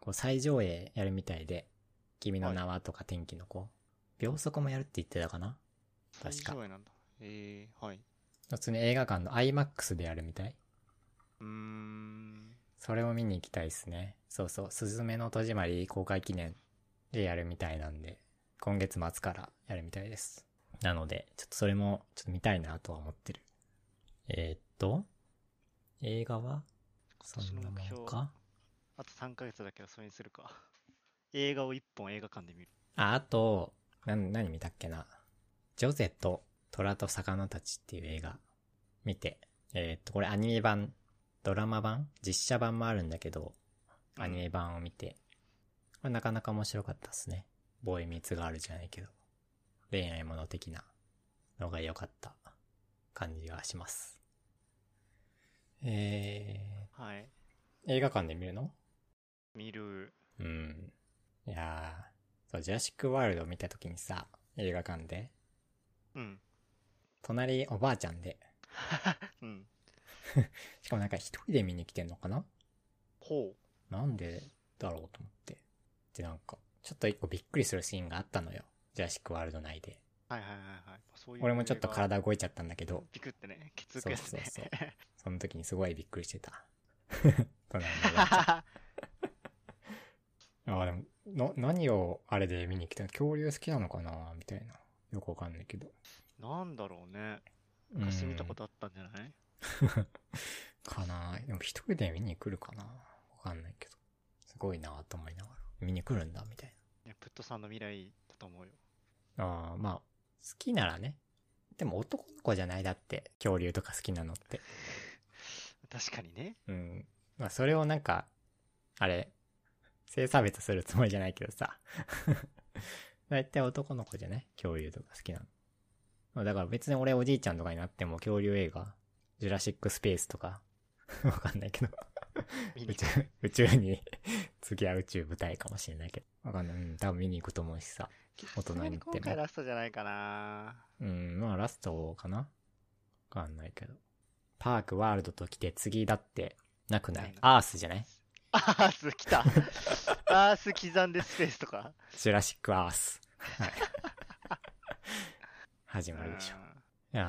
A: こう再上映やるみたいで、君の名はとか天気の子、秒速もやるって言ってたかな確か
B: 最上位なんだ。えー、はい。
A: 普通に映画館の IMAX でやるみたいう
B: ーん。
A: それを見に行きたいですね。そうそう、すずめの戸締まり公開記念でやるみたいなんで、今月末からやるみたいです。なので、ちょっとそれもちょっと見たいなとは思ってる。えーっと、映画はそ
B: 今年
A: ん
B: の
A: な
B: 目
A: もん
B: 標、
A: か
B: あと3ヶ月だけど、それにするか。映画を1本映画館で見る。
A: あ、あと、なん、何見たっけな。ジョゼと虎と魚たちっていう映画見て、えーっと、これアニメ版、ドラマ版実写版もあるんだけど、
B: うん
A: アニメ版を見て、これなかなか面白かったっすね。ボーイミーツがあるじゃないけど、恋愛もの的なのが良かった感じがします。え
B: はい。
A: ー、映画館で見るの
B: 見る。
A: うん。いやー、そう、ジュラシックワールド見た時にさ、映画館で、
B: うん。
A: 隣おばあちゃんで、
B: うん。
A: しかもなんか一人で見に来てんのかな
B: ほう。
A: なんでだろうと思って。で、なんか、ちょっと一個びっくりするシーンがあったのよ。ジュラシックワールド内で。
B: はいはいはいはい。そういう
A: 俺もちょっと
B: 映画
A: 体動いちゃったんだけど、
B: ピクってね、血
A: そ
B: 液
A: う
B: やつ
A: そう
B: ね。
A: そう。その時にすごいびっくりしてた。 隣のおばあちゃん ああ、でも、の、何をあれで見に来たの恐竜好きなのかなみたいな。よくわかんないけど。
B: なんだろうね。昔見たことあったんじゃない
A: かなでも一人で見に来るかなわかんないけど。すごいなと思いながら。見に来るんだ、みたい
B: いやプットさんの未来だと思うよ。
A: な。ああ、まあ、好きならね。でも男の子じゃないだって、恐竜とか好きなのって。
B: 確かにね。
A: うん。まあ、それをなんか、あれ、性差別するつもりじゃないけどさ。 大体男の子じゃない恐竜とか好きなの。まあだから別に俺おじいちゃんとかになっても恐竜映画、ジュラシックスペースとか、 わかんないけど。
B: 見
A: 宇
B: に行
A: 宙
B: く、
A: 宇宙 に、次は宇宙舞台かもしれないけど。わかんない。うん、多分見に行くと思うしさ。大人になっても
B: 今回ラストじゃないかな。
A: うん、まあラストかなわかんないけど。パーク、ワールドと来て次だって、なくない
B: ないな
A: アースじゃない
B: アース来 た。アース刻んでスペースとか。
A: ジュラシックアース。 はい始まるでしょ。いやー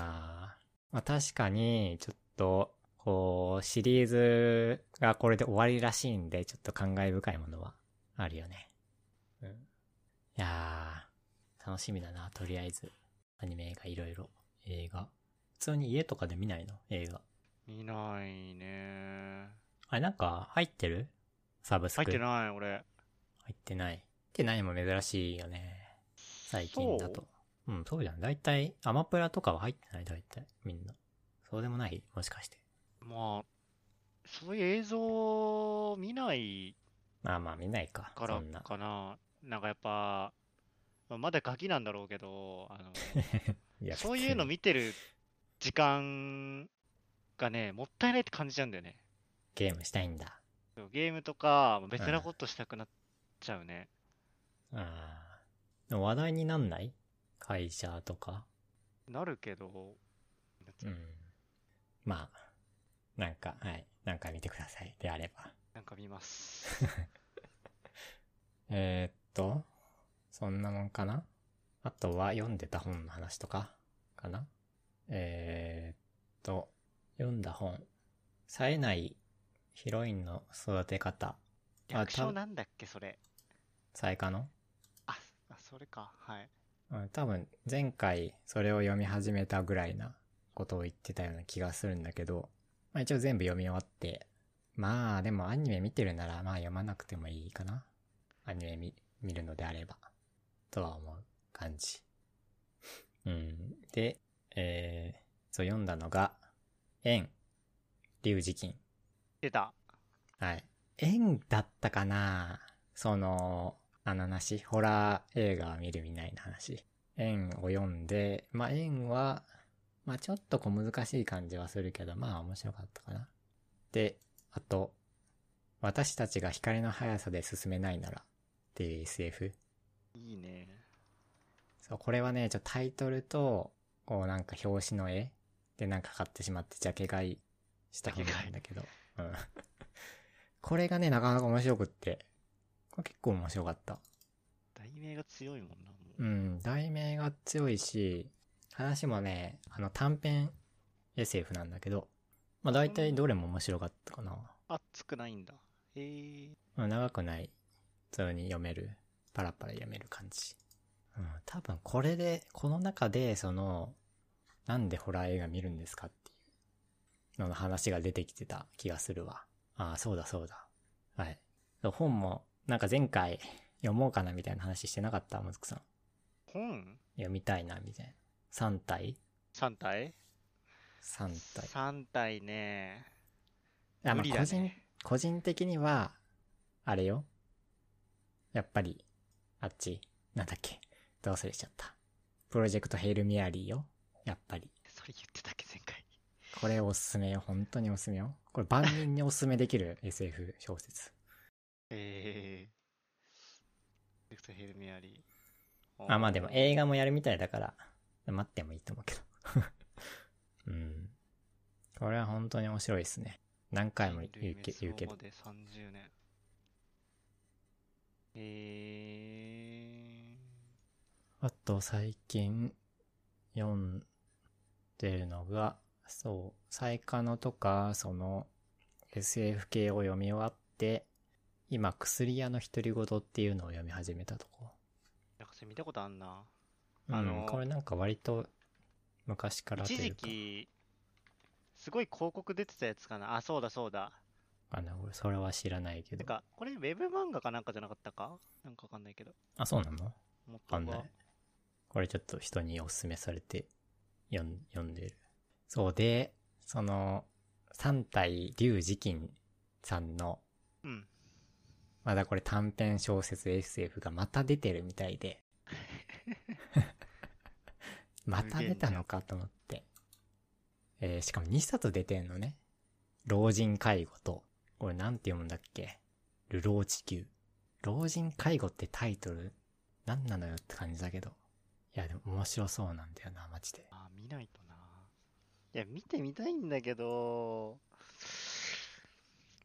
A: まあ確かに、ちょっと、こう、シリーズがこれで終わりらしいんで、ちょっと感慨深いものはあるよね。うん。いやー、楽しみだな、とりあえず。アニメ映画いろいろ。映画。普通に家とかで見ないの映画。
B: うん見ないね。
A: あれなんか入ってるサブスク。
B: 入ってない、俺。
A: 入ってない。入ってないも珍しいよね。最近だと。うん、そうじゃん。だいたい、アマプラとかは入ってない、だいたい。みんな。そうでもないもしかして。
B: まあ、そういう映像見ない
A: まあまあ見ないか。
B: か
A: そ
B: ら
A: んな。
B: かな。なんかやっぱ、まあまだガキなんだろうけど、あの、
A: い
B: そうい
A: 普
B: うの
A: 通に
B: 見てる時間がね、もったいないって感じちゃうんだよね。
A: ゲームしたいんだ。
B: そうゲームとか、別なことしたくなっちゃうね。
A: あーでも話題になんない会社とか。
B: なるけど、
A: うん。まあ、なんか、はい。なんか見てください。であれば。
B: なんか 見ます。
A: えー、っと、そんなもんかなあとは読んでた本の話とかかなえー、っと、読んだ本。冴えないヒロインの育て方。
B: 略
A: た
B: 称なんだっけ、それ。
A: 冴えかの
B: あ、あそれか。はい。
A: うん多分前回それを読み始めたぐらいなことを言ってたような気がするんだけど、まあ、一応全部読み終わって、まあでもアニメ見てるならまあ読まなくてもいいかな。アニメ見見るのであれば、とは思う感じ。うん。で、えー、そう読んだのが、円、龍磁金。
B: 出た。
A: はい。縁だったかなその、あの話、ホラー映画は見る見ないの話。縁を読んで、まあ縁は、まあちょっとこう難しい感じはするけど、まあ面白かったかな。で、あと、私たちが光の速さで進めないなら、っていう SF。
B: いいね。
A: そう、これはね、ちょ、タイトルと、こうなんか表紙の絵でなんか買ってしまって、ジャケ買いした本なんだけど、うん。これがね、なかなか面白くって。これ結構面白かった。
B: 題名が強いもんな、もう。
A: うん、題名が強いし、話もね、あの短編 SF なんだけど、まあ大体どれも面白かったかな。
B: 熱くないんだ。へえ。
A: うん長くない。普通に読める。パラパラ読める感じ。うん、多分これで、この中で、その、なんでホラー映画見るんですかっていうのの話が出てきてた気がするわ。ああ、そうだそうだ。はい。本も、なんか前回読もうかなみたいな話してなかったもずくさん。
B: 本
A: 読みたいなみたいな。3体
B: ?3 体
A: ?3 体。
B: ?3 体ね。
A: あ、ま
B: 無
A: あ
B: 理
A: 個
B: だ
A: 人
B: ね。
A: 個人的には、あれよ。やっぱり、あっち、なんだっけ。どう忘れしちゃった。プロジェクトヘイルミアリーよ。やっぱり。
B: それ言ってたっけ、前回。
A: これおすすめよ。本当におすすめよ。これ万人におすすめできる SF 小説。
B: ええー。レクトヘルミアリー。
A: あ、まあでも
B: おー
A: 映画もやるみたいだから、待ってもいいと思うけど。 うん。これは本当に面白いですね。何回も言うけ言うけど。
B: 人類滅亡まで30年。え
A: あと最近読んでるのが、そう、最下のとか、その SF 系を読み終わって、今、薬屋の独り言っていうのを読み始めたとこ。
B: ー。なんかそれ見たことあんな。
A: うん
B: あの
A: これなんか割と昔からと
B: 一
A: いう
B: 時
A: か、
B: 期、すごい広告出てたやつかな。あ、そうだそうだ。
A: あの、俺それは知らないけ
B: て
A: ど。
B: か、これウェブ漫画かなんかじゃなかったかなんかわかんないけど。
A: あ、そうなのわ
B: もっと
A: かんない
B: は。
A: これちょっと人におすすめされて読ん読んでる。そうで、その、三体龍慈金さんの
B: うん。
A: まだこれ短編小説 SF がまた出てるみたいで。また出たのかと思って。えーしかも2冊出てんのね。老人介護と、これなんて読むんだっけ流浪地球。老人介護ってタイトル何なのよって感じだけど。いやでも面白そうなんだよな、マジで。
B: あ、見ないとな。いや、見てみたいんだけど、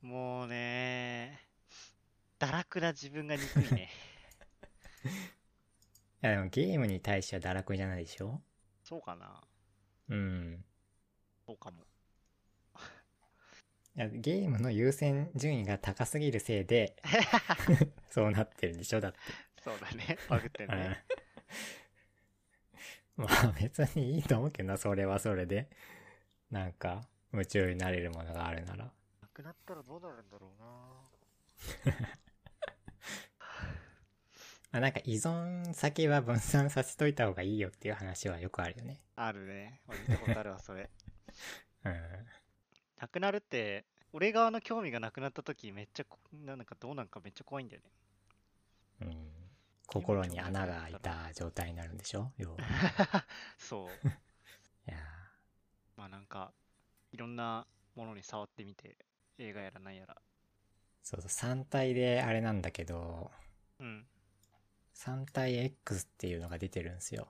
B: もうね、堕落な自分が憎い ね。
A: いやでもゲームに対しては堕落じゃないでしょ
B: そうかな
A: うん。
B: そうかも。
A: いやゲームの優先順位が高すぎるせい で、そうなってるんでしょだって。
B: そうだね。バグってるね。
A: うんま あ別にいいと思うけどな、それはそれで。なんか、夢中になれるものがあるなら。
B: なくなったらどうなるんだろうな。
A: まあなんか依存先は分散させといた方がいいよっていう話はよくあるよね。
B: あるね。俺見たことあるわ、それ。
A: うん。
B: なくなるって、俺側の興味がなくなった時めっちゃこ、なんかどうなんかめっちゃ怖いんだよ
A: う
B: ね。
A: ん、心に穴が開いた状態になるんでしょ 要は。
B: そう。
A: いや
B: まあなんか、いろんなものに触ってみて、映画やらなんやら。
A: そうそう、3体であれなんだけど、
B: うん。
A: 3体 X っていうのが出てるんですよ。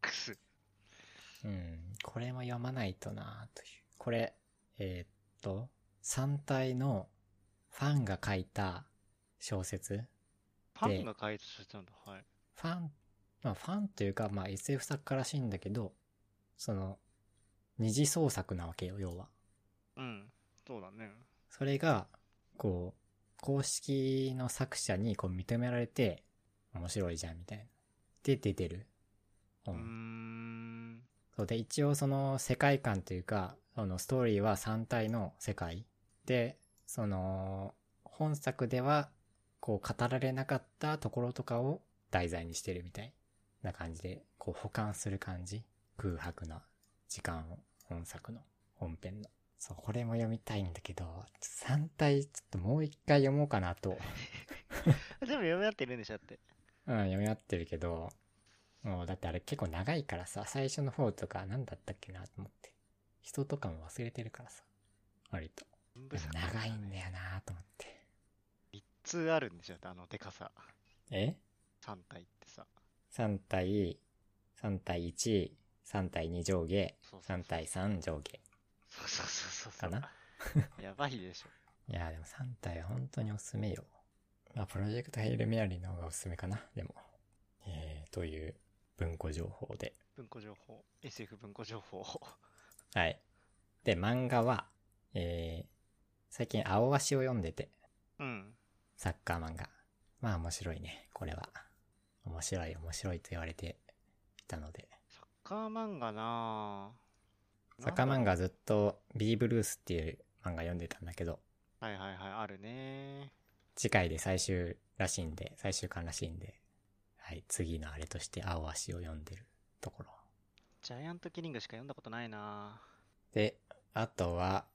B: くす。
A: うん、これも読まないとなという。これ、えーっと、三体のファンが書いた小説。
B: パンが開発してたんだ。はい。
A: ファン、まあファンというか、まあ SF 作家らしいんだけど、その、二次創作なわけよ、要は。
B: うん。そうだね。
A: それが、こう、公式の作者にこう認められて、面白いじゃん、みたいな。で、出てる。
B: うー
A: 本
B: ん。
A: そうで一応その世界観というかそのストーリーは3体の世界でその本作ではこう語られなかったところとかを題材にしてるみたいな感じでこう保管する感じ空白な時間を本作の本編のそうこれも読みたいんだけど3体ちょっともう一回読もうかなと、
B: でも読み合ってるんでしょだって。
A: うん、読み合ってるけどもうだってあれ結構長いからさ、最初の方とか何だったっけなと思って。人とかも忘れてるからさ。割と。
B: 文
A: で
B: 部
A: も
B: 作だから
A: 長い
B: ね
A: んだよなと思って。
B: 3つあるんでしょだってあのデカさ。
A: え
B: 3体ってさ。
A: ?3 対、3対1、3対2上下
B: そうそう、そう
A: 3対3上下。
B: そうそうそうそ
A: か
B: う。
A: な
B: やばいでしょ。
A: いやーでも3体は本当におすすめよ。まあ、プロジェクトヘイルメアリーの方がおすすめかな、でも。えー、という文庫情報で。
B: 文庫情報、SF 文庫情報。
A: はい。で、漫画は、えー、最近青足を読んでて、
B: うん。
A: サッカー漫画。まあ面白いね、これは。面白い面白いと言われていたので。
B: サッカー漫画なぁ。
A: サッカー漫
B: なんだ
A: 画ずっと B ブルースっていう漫画読んでたんだけど、
B: ろう。はいはいはい、あるね
A: 次回で最終らしいんで、最終巻らしいんで、はい、次のあれとして青足を読んでるところ。
B: ジャイアントキリングしか読んだことないな
A: で、あとは、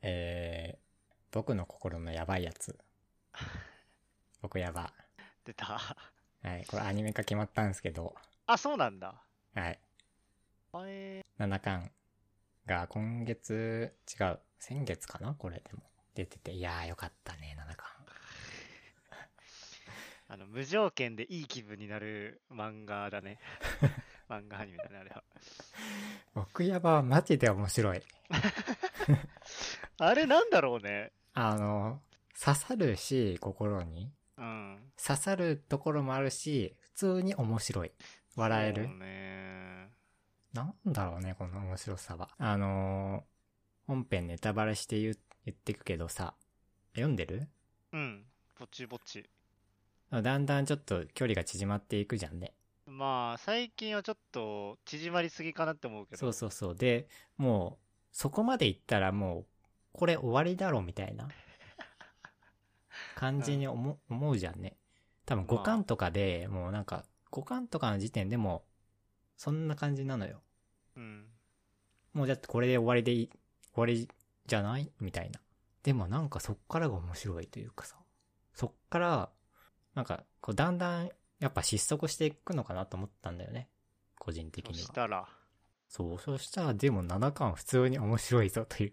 A: えー、僕の心のやばいや つ。僕やば。
B: ぁ。出た。
A: はい、これアニメ化決まったんですけど、
B: あ、そうなんだ。
A: はい、
B: あえ
A: 七巻が今月、違う、先月かなこれでも。出てて、いやーよかったね、七巻。
B: ー、あの、無条件でいい気分になる漫画 だね。漫画アニメだね、あれは。
A: 僕やばはマジで面白い。
B: あれなんだろうね。
A: あの、刺さるし、心に。
B: うん。
A: 刺さるところもあるし、普通に面白い。笑える
B: そう。ね
A: なんだろうね、この面白さは。あのー本編ネタバレして言う言ってくけどさ、読んでる
B: うん。ぼっちぼっち。
A: だんだんちょっと距離が縮まっていくじゃんね。
B: まあ、最近はちょっと縮まりすぎかなって思うけど。
A: そうそうそう。で、もう、そこまで行ったらもう、これ終わりだろ、みたいな感じに思,、う思うじゃんね。多分
B: まあ
A: 5巻とかで、もうなんか、5巻とかの時点でもう、そんな感じなのよ。
B: うん。
A: もうだってこれで終わりでいい、終わりじゃないみたいな。でもなんかそっからが面白いというかさ、そっから、なんかこうだんだんやっぱ失速していくのかなと思ったんだよね。個人的
B: そ
A: に
B: し
A: は。
B: たら、
A: そう、そしたらでも7巻普通に面白いぞという。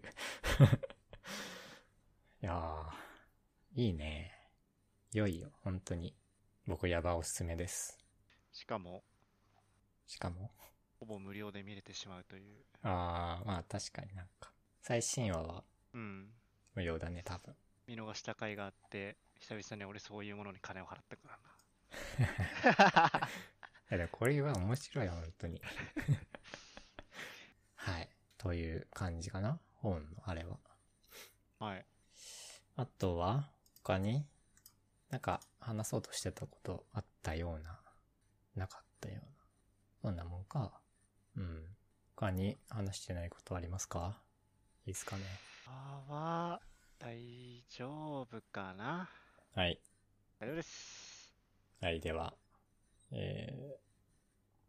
A: いやー、いいね。良いよ、本当に。僕やばおすすめです。
B: しかも、
A: しかも、
B: ほぼ無料で見れてしまうという。
A: あー、まあ確かになんか、最新話は
B: うん。
A: 無料だね、多分。
B: 見逃した甲斐があって、久々に俺そういうものに金を払った からな。
A: いやでもこれは面白いよ、本当に。 はい。という感じかな本のあれは。
B: はい。
A: あとは、他に、なんか話そうとしてたことあったような、なかったような。そんなもんか。うん。他に話してないことありますかいいですかね。
B: あは、大丈夫かな
A: はい。
B: 大丈夫です。
A: はい、では、え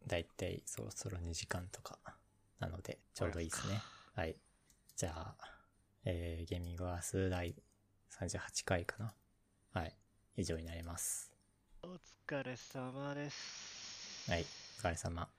A: ー、だいたいそろそろ2時間とかなので、ちょうどいいですね。はい。じゃあ、えー、ゲーミングは数第38回かな。はい。以上になります。
B: お疲れ様です。
A: はい。お疲れ様。